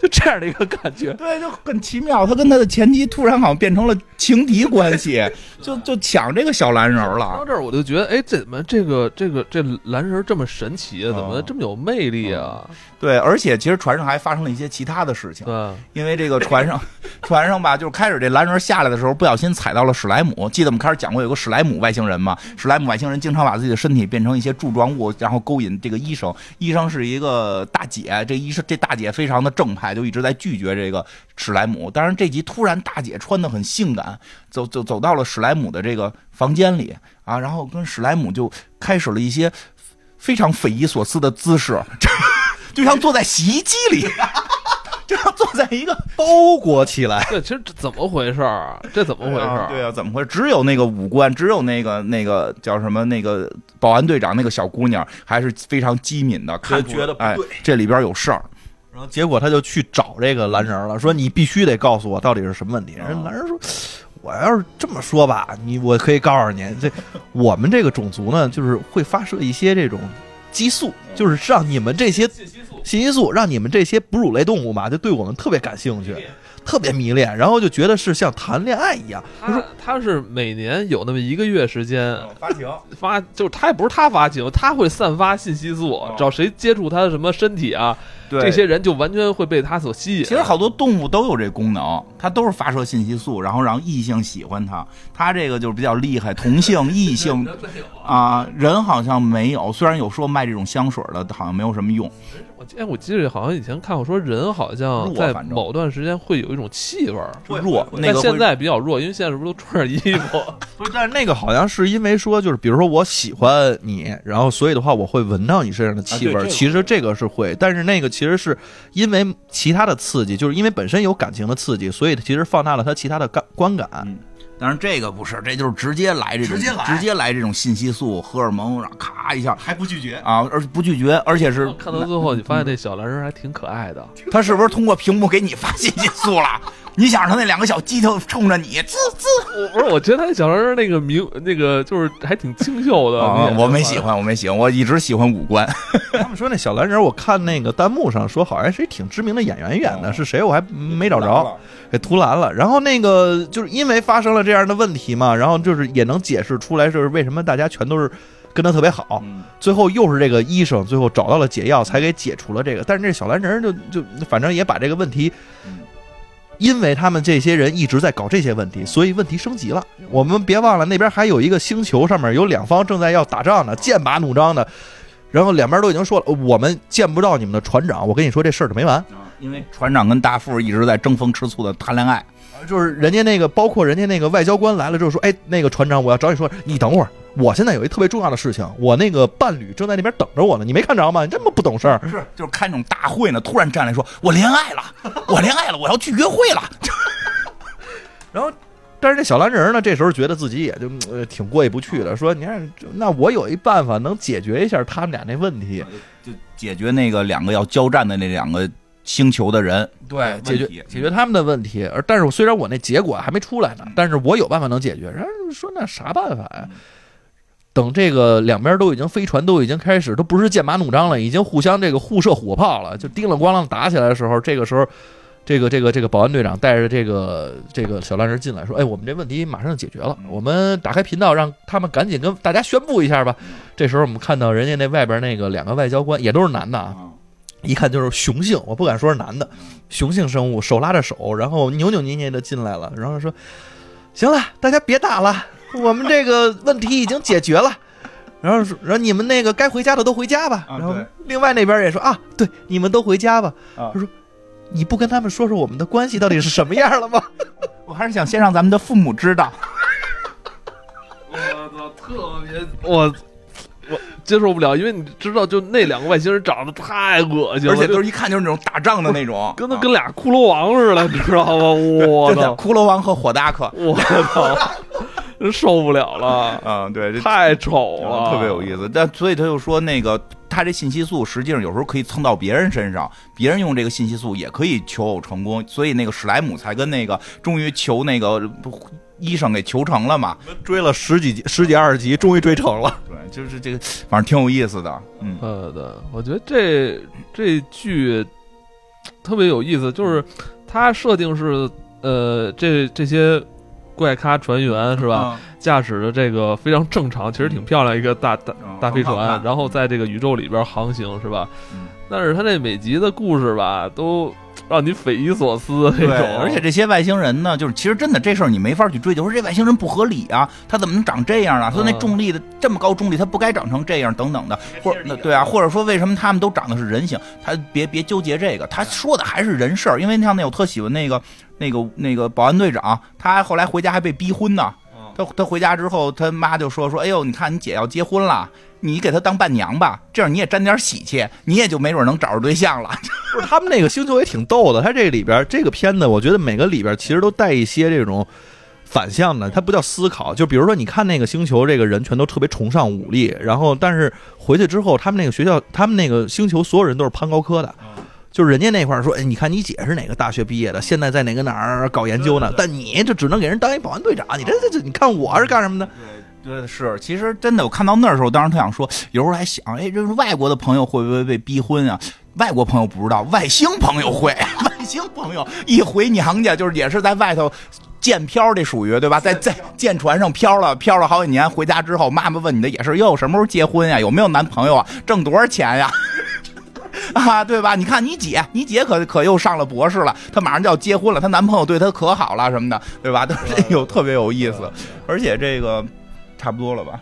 C: 就这样的一个
A: *laughs*
C: 感觉。
B: 对，就很奇妙，他跟他的前妻突然好像变成了情敌关系，就就抢这个小蓝人儿
A: 到
B: 了。
A: 这儿我就觉得，哎，这怎么这个这个这蓝人这么神奇啊？怎么
B: 哦
A: 这么有魅力啊？
B: 对，而且其实船上还发生了一些其他的事情。
A: 对，
B: 因为这个船上，船上吧，就是开始这蓝人下来的时候，不小心踩到了史莱姆。记得我们开始讲过有个史莱姆外星人嘛？史莱姆外星人经常把自己的身体变成一些柱状物，然后勾引这个医生。医生是是一个大姐，这一是这大姐非常的正派，就一直在拒绝这个史莱姆。但是这集突然大姐穿的很性感，走走走到了史莱姆的这个房间里啊，然后跟史莱姆就开始了一些非常匪夷所思的姿势， *laughs* 就像坐在洗衣机里，就像坐在一个
C: 包裹起来，
A: 对，其 *laughs* 实这怎么回事儿啊？这怎么回事儿、
B: 啊对啊，怎么回事？只有那个武官，只有那个那个叫什么那个保安队长那个小姑娘，还是非常机敏的，看出
C: 觉得不
B: 哎
C: 对，
B: 这里边有事儿。
C: 然后结果他就去找这个蓝人了，说你必须得告诉我到底是什么问题。人蓝人说，我要是这么说吧，你我可以告诉你，这我们这个种族呢，就是会发射一些这种激素，就是让你们这些信息素，让你们这些哺乳类动物吧，就对我们特别感兴趣，特别迷恋，然后就觉得是像谈恋爱一样。
A: 他他是每年有那么一个月时间
B: 嗯发情，
A: 发，就是他也不是他发情，他会散发信息素，只要谁接触他的什么身体啊，
B: 嗯对
A: 这些人就完全会被他所吸引。啊
B: 其实好多动物都有这功能，它都是发射信息素，然后让异性喜欢它。它这个就是比较厉害，同性、异 *laughs* 性啊，人好像没有，虽然有说卖这种香水的，好像没有什么用。
A: 我记哎，我记得好像以前看过，说人好像
B: 弱
A: 在
B: 反正
A: 某段时间会有一种气味儿，
B: 弱那个
A: 但
B: 会
A: 现在比较弱，因为现在是不是都穿着衣服？
C: 不是，但是那个好像是因为说，就是比如说我喜欢你，然后所以的话，我会闻到你身上的气味儿。
B: 啊对这个
C: 其实这个是会，但是那个其实是因为其他的刺激，就是因为本身有感情的刺激，所以其实放大了它其他的感观感。
B: 嗯但是这个不是，这就是直接来这种，直接来，直接来这种信息素、荷尔蒙，然后咔一下，还不拒绝哦啊，而不拒绝，而且 *laughs* 是
A: 看到最后，你发现这小蓝人还挺可爱的。
B: *laughs* 他是不是通过屏幕给你发信息素了？你想让他那两个小鸡头冲着你，滋滋
A: 我不是，我觉得他那小蓝人那个名，那个就是还挺清秀的。
B: 啊！
A: 你也
B: 我没喜。欢，我没喜欢，我一直喜欢五官。
C: 他们说那小蓝人，我看那个弹幕上说好像是一挺知名的演员演的，
B: 哦
C: 是谁我还没找
B: 蓝
C: 着
B: 了，
C: 给涂蓝了。然后那个就是因为发生了这样的问题嘛，然后就是也能解释出来，就是为什么大家全都是跟他特别
B: 嗯
C: 好。最后又是这个医生，最后找到了解药，才给解除了这个。但是这小蓝人儿就就反正也把这个问题
B: 嗯，
C: 因为他们这些人一直在搞这些问题，所以问题升级了。我们别忘了那边还有一个星球，上面有两方正在要打仗呢，剑拔弩张的。然后两边都已经说了，呃我们见不到你们的船长，我跟你说这事儿就没完。
B: 因为船长跟大副一直在争风吃醋的谈恋爱，
C: 就是人家那个，包括人家那个外交官来了之后说，哎，那个船长，我要找你说，你等会儿，我现在有一特别重要的事情，我那个伴侣正在那边等着我呢，你没看着吗？你这么不懂事儿。
B: 是就是开那种大会呢，突然站来说：“我恋爱了，我恋爱了，我要去约会了。
C: 然后，但是这小蓝人呢，这时候觉得自己也就、呃、挺过意不去了，说你看，就那我有一办法能解决一下他们俩那问题，”
B: *laughs* 就解决那个两个要交战的那两个星球的人，
C: 对解决
B: 问题
C: 解决他们的问题。而但是我虽然我那结果还没出来呢，
B: 嗯
C: 但是我有办法能解决。然后说那啥办法呀、等这个两边都已经飞船都已经开始，都不是剑拔弩张了，已经互相这个互射火炮了，就叮了咣啷打起来的时候，这个时候，这个这个这个保安队长带着这个这个小蓝人进来，说：“哎，我们这问题马上就解决了，
B: 嗯
C: 我们打开频道，让他们赶紧跟大家宣布一下吧。”
B: 嗯
C: 这时候我们看到人家那外边那个两个外交官也都是男的啊，
B: 嗯
C: 一看就是雄性，我不敢说是男的，雄性生物手拉着手，然后扭扭捏捏的进来了，然后说：“行了，大家别打了，我们这个问题已经解决了。”然后说：“然后你们那个该回家的都回家吧。
B: 啊
C: 然后
B: 对
C: 另外那边也说：“啊，对，你们都回家吧。
B: 啊
C: 他说：“你不跟他们说说我们的关系到底是什么样了吗？”
B: 我还是想先让咱们的父母知道。
A: 我操，特别我我接受不了，因为你知道，就那两个外星人长得太恶心了，
B: 而且
A: 就
B: 都是一看就是那种打仗的那种，
A: 跟他跟俩骷髅王似的，你知道吗？
B: 啊
A: 我
B: 真的
A: 操，
B: 骷髅王和火大克，
A: 我操，真受不了了，
B: 嗯，对，这
A: 太丑了，
B: 特别有意思。但所以他就说，那个他这信息素实际上有时候可以蹭到别人身上，别人用这个信息素也可以求偶成功。所以那个史莱姆才跟那个终于求那个医生给求成了嘛。
C: 追了十几集、十几二十集，终于追成了。
B: 对，就是这个，反正挺有意思的。嗯，
A: 呃对，我觉得这这剧特别有意思，就是它设定是呃，这这些怪咖船员是
B: 是
A: 吧，？驾驶的这个非常正常，其实挺漂亮一个大大
B: 嗯
A: 大飞
B: 很好
A: 船，
B: 看
A: 然后在这个宇宙里边航行是吧
B: 嗯？
A: 但是它这每集的故事吧，都让你匪夷所思那
B: 对，
A: 种，
B: 而且这些外星人呢，就是其实真的这事儿你没法去追究，说这外星人不合理啊，他怎么能长这样啊？他那
A: 嗯
B: 重力的这么高重力，他不该长成这样等等的，或者对啊，或者说为什么他们都长的是人形？他别别纠结这个，他说的还是人事儿，因为像那我特喜欢那个那个那个保安队长，他后来回家还被逼婚呢。他他回家之后，他妈就说说，哎呦，你看你姐要结婚了，你给她当伴娘吧，这样你也沾点喜气，你也就没准能找着对象了。
C: 不是他们那个星球也挺逗的，他这里边这个片子，我觉得每个里边其实都带一些这种反向的，它不叫思考。就比如说，你看那个星球，这个人全都特别崇尚武力，然后但是回去之后，他们那个学校，他们那个星球所有人都是攀高科的。就是人家那块儿说，哎，你看你姐是哪个大学毕业的，现在在哪个哪儿搞研究呢？但你这只能给人当一保安队长，你这这这，你看我是干什么的？
B: 对，是，其实真的，我看到那儿的时候，当时特想说，有时候还想，哎，这是外国的朋友会不会被逼婚啊？外国朋友不知道，外星朋友会， *laughs* 外星朋友一回娘家就是也是在外头。舰漂这属于对吧？在在舰船上漂了，漂了好几年，回家之后，妈妈问你的也是，哟，什么时候结婚呀？有没有男朋友啊？挣多少钱呀？ *laughs* 啊，对吧？你看你姐，你姐可可又上了博士了，她马上就要结婚了，她男朋友对她可好了什么的，对吧？都是有特别有意思，而且这个差不多了吧？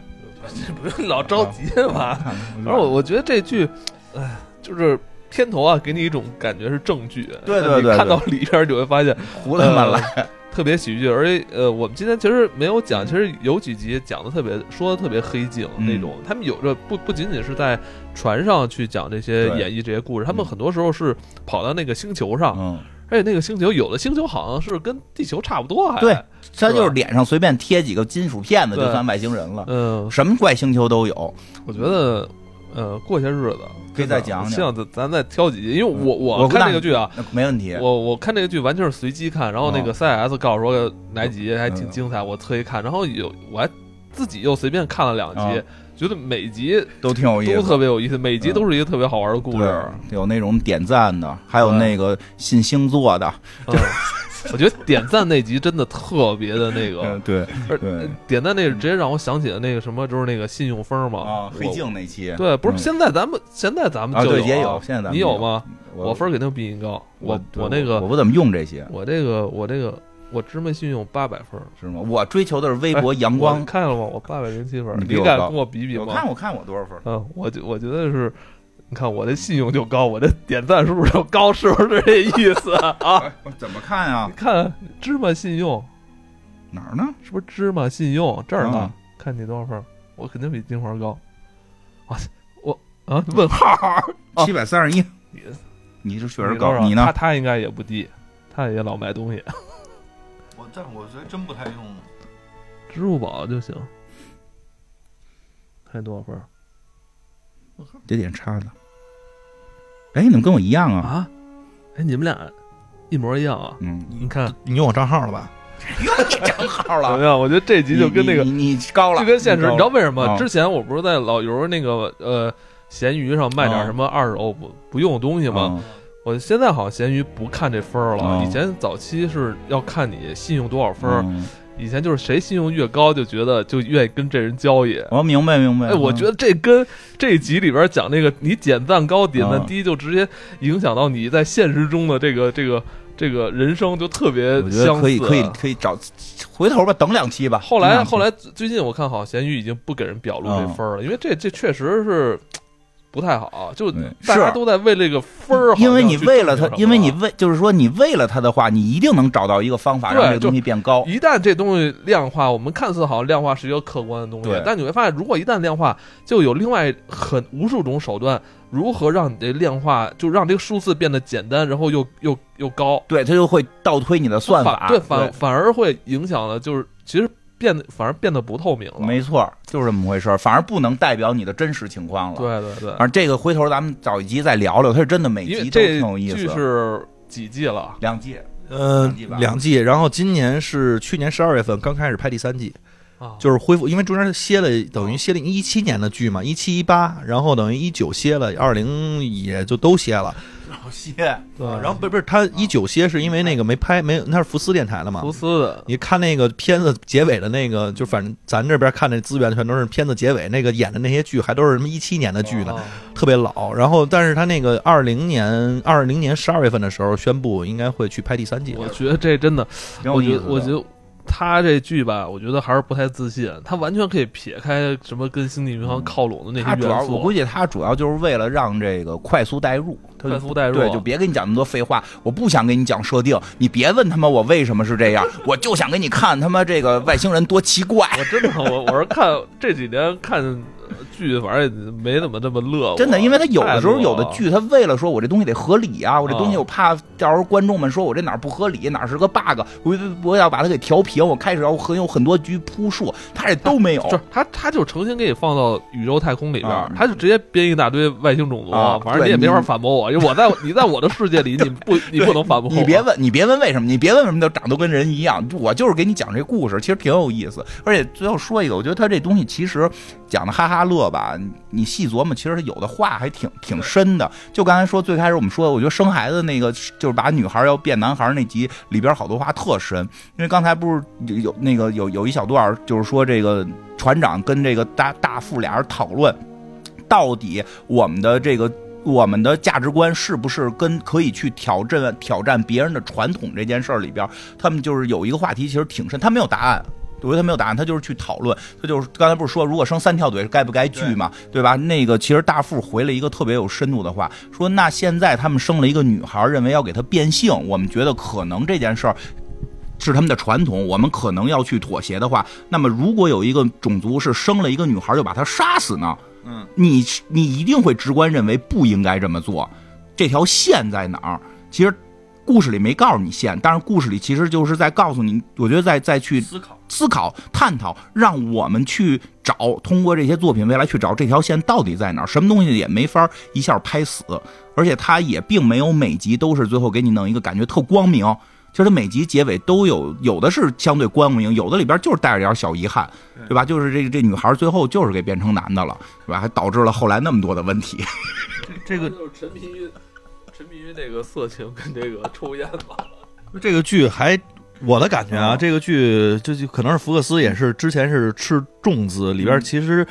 A: 不用老着急嘛。
B: *laughs* 看看
A: 嗯而我我觉得这剧，哎，就是片头啊，给你一种感觉是正剧，
B: 对
A: 但你
B: 对对
A: 看到里边儿就会发现呃
B: 胡他妈来，
A: 特别喜剧，而且呃，我们今天其实没有讲，其实有几集讲的特别说的特别黑镜
B: 嗯
A: 那种，他们有着不不仅仅是在船上去讲这些
B: 对
A: 演绎这些故事，他们
B: 嗯
A: 很多时候是跑到那个星球上，
B: 嗯，
A: 而且那个星球有的星球好像是跟地球差不多，还
B: 对，他就是
A: 是吧
B: 脸上随便贴几个金属片子就
A: 对
B: 算外星人了，
A: 嗯、
B: 什么怪星球都有。
A: 我觉得呃，过些日子
B: 可以再讲讲
A: 希望咱咱再挑几集，因为我
B: 嗯我
A: 我
B: 不大
A: 看这个剧啊。
B: 那没问题，
A: 我我看这个剧完全是随机看，然后那
B: 哦嗯
A: 个 CIS 告诉我哪几集还挺精彩，我特意看，然后有我还自己又随便看了两集，
B: 哦
A: 觉得每集
B: 都挺有意
A: 都
B: 思。
A: 特别有意思，每集都是一个特别好玩的故
B: 对
A: 事。，
B: 有那种点赞的，还有
A: 对
B: 那个信星座的，
A: 嗯， *laughs* 我觉得点赞那集真的特别的那
B: 嗯，
A: 个，
B: 对
A: 而呃
B: 对
A: 点赞那个直接让我想起了那个什么，就是那个信用分嘛，
B: 啊，黑
A: 我。
B: 镜那期，
A: 对，不是
B: 嗯
A: 现在咱们现在咱们
B: 啊，
A: 就
B: 对，也
A: 有啊
B: 有，，现在咱们
A: 你
B: 有
A: 有？吗？
B: 我
A: 我分儿肯定比你高，我
B: 对
A: 那个
B: 我不怎么用这些，
A: 我这个我这个我芝麻信用八百分儿。
B: 是吗？我追求的是微博阳
A: 我
B: 光。
A: 看了吗？我八百零七分儿，
B: 你比
A: 你
B: 我
A: 敢
B: 高
A: 跟我比比
B: 我
A: 吗
B: 看？我看我多少分？
A: 嗯，我觉我觉得是，你看我的信用就高，我的点赞数就高，是不是这意思啊？ *laughs*
B: 我怎么看啊
A: 你？看芝麻信用
B: 哪儿呢？
A: 是不是芝麻信用这儿呢
B: 啊？
A: 看你多少分儿，我肯定比金花高。哇塞，我啊问号儿，哦
B: 七百三十一
A: 你。
B: 你这确
A: 你多
B: 实高，
A: 少
B: 你
A: 他
B: 呢？
A: 他应该也不低，他也老卖东西，
C: 我但我觉得真不太用。
A: 支付宝就行。看你多少分儿
B: 这点差的。哎，你怎么跟我一样啊？
A: 啊？哎，你们俩一模一样啊！
B: 嗯，
A: 你看
C: 你用我账号了吧？
B: 账号
A: 怎么，样？我觉得这集 *laughs* 就跟那个
B: 你你你高了，
A: 就跟现实，你知道为什
B: 啊
A: 么？之前我不是在老油那个呃闲鱼上卖
B: 啊
A: 点什么二手不不用的东西
B: 什
A: 吗？？我现在好像闲鱼不看这分儿
B: 哦
A: 了，以前早期是要看你信用多少分儿，
B: 嗯，
A: 以前就是谁信用越高就觉得就愿意跟这人交易。
B: 我明白明白。嗯
A: 哎，我觉
B: 得
A: 得这跟这集里边讲那个你点赞高点
B: 哦
A: 赞低，就直接影响到你在现实中的这个这个这个人生，就特别
B: 我觉得
A: 相似。啊
B: 可以可以可以找，回头吧，等两期吧。
A: 后
B: 等
A: 来
B: 两期
A: 后来最最近我看好咸鱼已经不给人表露这
B: 哦
A: 分儿了，因为这这确实是不太好，啊就
B: 对
A: 大家
B: 是
A: 都在为这个分儿好像去
B: 因为你为了他
A: 证，明什么啊
B: 因为你为就是说你为了他的话，你一定能找到一个方法
A: 对
B: 让这个
A: 就
B: 东西变高。
A: 一旦这东西量化，我们看似好像量化是一个客观的东西
B: 对，
A: 但你会发现，如果一旦量化，就有另外很无数种手段，如何让你这量化就让这个数字变得简单，然后又又又高，
B: 对，他就会倒推你的算法。
A: 反对反反而会影响了，就是其实变得反而变得不透明了。
B: 没错，就是这么回事儿，反而不能代表你的真实情况了。，
A: 对对对，
B: 而这个回头咱们找一集再聊聊，它是真的每
A: 因为
B: 集都挺
A: 这
B: 有意
A: 剧
B: 思。
A: 是几季了？
B: 两季，
C: 呃
B: 两季吧，
C: 两季，然后今年是去年十二月份刚开始拍第三季，
A: 啊，
C: 就是恢复，因为中间歇了，等于歇了一七年的剧嘛，一七一八，然后等于一九歇了，二零也就都歇了，
B: 好些，
A: 对，
C: 然后不是不是他一九些是因为那个没拍没那是福斯电台的嘛
A: 啊福，斯的，
C: 你看那个片子结尾的那个，就反正咱这边看的资源全都是片子结尾那个演的那些剧，还都是什么一七年的
B: 嗯
C: 剧
B: *laughs*
C: 呢，
A: 啊
C: 特别老。然后，但是他那个二零年二零年十二月份的时候宣布应该会去拍第三季，
A: 我觉得这真的，
B: 挺有
A: 我
B: 意
A: 觉
B: 思
A: 得
B: 的。
A: 我觉得他这剧吧，我觉得还是不太自信，他完全可以撇开什么跟星际迷航靠拢的那
B: 嗯他
A: 些
B: 主要
A: 元
B: 我
A: 素
B: 估，计他主要就是为了让这个快速代入，他就
A: 快速代入啊
B: 对，就别跟你讲那么多废话，我不想给你讲设定，你别问他妈我为什么是这样，我就想给你看他妈这个外星人多
A: *laughs*
B: 奇怪。
A: 我真的，我我是看这几年看呃剧，反正也没怎么这么乐过。
B: 真的，因为他有的时候
A: 太
B: 有
A: 乐了
B: 的，剧，他为了说我这东西得合理啊，我这
A: 啊
B: 东西我怕到时候观众们说我这哪儿不合理，哪儿是个 bug，我我要把它给调平，我开始要很有很多局铺述，他这都没有
A: 就是他他就成心给你放到宇宙太空里边
B: 啊
A: 儿，他就直接编一大堆外星种族
B: 啊，
A: 反正
B: 对
A: 你也没法
B: 你
A: 反驳我，因为我在你在我的世界里，你
B: *laughs*
A: 不你不能反驳我。 *laughs*
B: 你别问，你别问为什么，你别问为什么都长得跟人一样。我就是给你讲这故事，其实挺有意思。而且最后说一个，我觉得他这东西其实讲的哈哈乐吧，你你细琢磨，其实他有的话还挺挺深的。就刚才说最开始我们说的，我觉得生孩子那个就是把女孩要变男孩那集里边好多话特深，因为刚才不是有有那个有有一小段儿就是说这个船长跟这个大大副俩人讨论，到底我们的这个我们的价值观是不是跟可以去挑战挑战别人的传统这件事儿里边儿，他们就是有一个话题，其实挺深，他没有答案。我觉得他没有答案，他就是去讨论，他就是刚才不是说，如果生三条腿该不该锯嘛，对吧？那个其实大副回了一个特别有深度的话，说那现在他们生了一个女孩，认为要给她变性，我们觉得可能这件事儿是他们的传统，我们可能要去妥协的话，那么如果有一个种族是生了一个女孩就把她杀死呢？
C: 嗯，
B: 你你一定会直观认为不应该这么做，这条线在哪儿？其实故事里没告诉你线，但是故事里其实就是在告诉你，我觉得在在去
C: 思考。
B: 思考、探讨，让我们去找，通过这些作品未来去找这条线到底在哪儿，什么东西也没法一下拍死，而且它也并没有每集都是最后给你弄一个感觉特光明，其实它每集结尾都有，有的是相对光明，有的里边就是带着点小遗憾，对吧？就是这这女孩最后就是给变成男的了，对吧？还导致了后来那么多的问 *laughs* 题。
C: 这个
A: 就是沉迷于沉迷于这个色情跟这个抽烟吧。
C: 这个剧还我的感觉啊，
B: 嗯
C: 这个剧这就可能是福克斯也是之前是吃重资，里边其实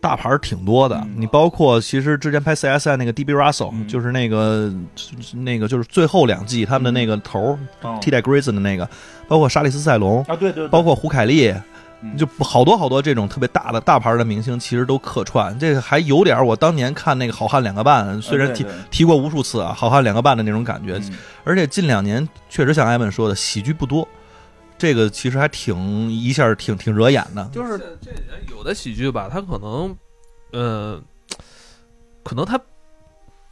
C: 大牌儿挺多的。
B: 嗯
C: 你包括其实之前拍 CSI 那个 DB Russell，、
B: 嗯
C: 就是那个是那个就是最后两季他们的那个头
B: 嗯
C: 儿、
B: 哦
C: 替代 Grayson 的那个，包括莎莉斯塞隆，
B: 啊，对对
C: 包括胡凯利
B: 嗯。
C: 就好多好多这种特别大的大牌儿的明星，其实都客串。这个还有点儿我当年看那个《好汉两个半》，虽
B: 啊
C: 然提提过无数次啊，《好汉两个半》的那种感觉，而且近两年确实像艾文说的，喜剧不多，这个其实还挺一下挺挺惹眼的。
B: 就是
A: 这几年有的喜剧吧，它可能，呃，可能它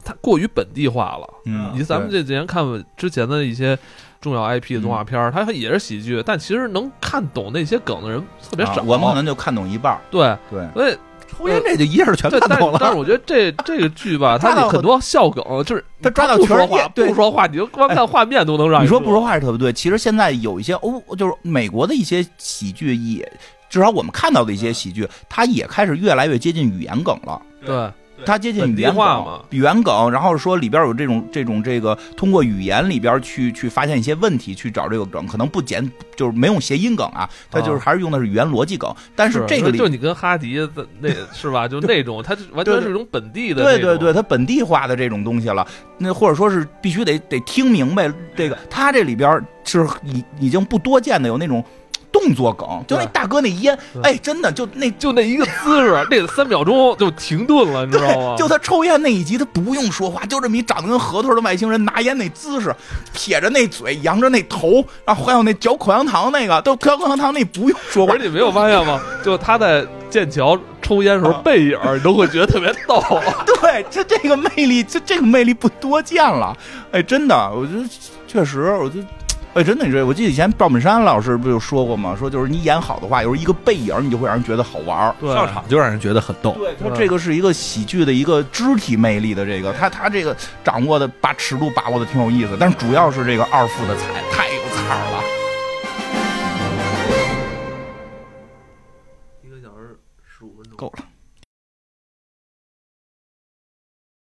A: 它过于本地化了。
B: 嗯，
A: 以及咱们这几年看之前的一些重要 IP 的动
B: 嗯
A: 画片儿，它也是喜剧，但其实能看懂那些梗的人特别
B: 啊
A: 少。
B: 我们可能就看懂一半儿，
A: 对，
B: 对。
A: 所
B: *laughs*
A: 以
C: 抽烟这呃就一下全
A: 对，
C: 看
A: 但
C: 懂
A: 但是
C: 了。
A: 我觉得这这个剧吧，
B: 抓
A: 它
B: 到
A: 里很多笑梗，就是
B: 他抓到
A: 不
B: 全
A: 说
B: 世
A: 话
B: 界，
A: 不
B: 对哎
A: 说话，你就光看画面都能让
B: 你说
A: 说
B: 不说话是特别对，其实现在有一些欧，就是美国的一些喜剧也，至少我们看到的一些喜剧，它也开始越来越接近语言梗了。
A: 对，
B: 它接近语言
A: 本地化
B: 梗
A: 嘛，
B: 语言梗，然后说里边有这种这种这个通过语言里边去去发现一些问题，去找这个梗，可能不简就是没用谐音梗啊，它就是
A: 啊
B: 还是用的是语言逻辑梗，但是这个里
A: 就就你跟哈迪的那是吧？就那种，它就完
B: 对
A: 全
B: 对
A: 是一种本地的
B: 对
A: 那种，
B: 对对，它本地化的这种东西了，那或者说是必须得得听明白这个，它这里边儿是已已经不多见的有那种动作梗，就那
A: 对
B: 大哥那烟，
A: 对
B: 哎，真的就那
A: 就那一个姿势，那三秒钟就停顿了，你知道吗？啊
B: *laughs* 就他抽烟那一集，他不用说话，就这么一长得跟核桃的外星人拿烟那姿势，撇着那嘴，扬着那头，然后还有那嚼口香糖那个，都嚼口香糖那不用说话
A: 而，且你没有发现吗？就他在剑桥抽烟的时
B: 啊
A: 候，背影儿你都会觉得特别逗。
B: *laughs* 对，这这个魅力，这这个魅力不多见了。哎，真的，我觉得确实，我就。哎，真的，你这我记得以前赵本山老师不就说过吗？说就是你演好的话，有时候一个背影你就会让人觉得好玩儿。
A: *laughs* 对，
C: 上场就让人觉得很逗。
B: 对，他
A: 对
B: 这个是一个喜剧的一个肢体魅力的这个，他他这个掌握的把尺度把握的挺有意思，但是主要是这个二副的彩太有彩儿了。
A: 一个小时十五分钟
B: 够了。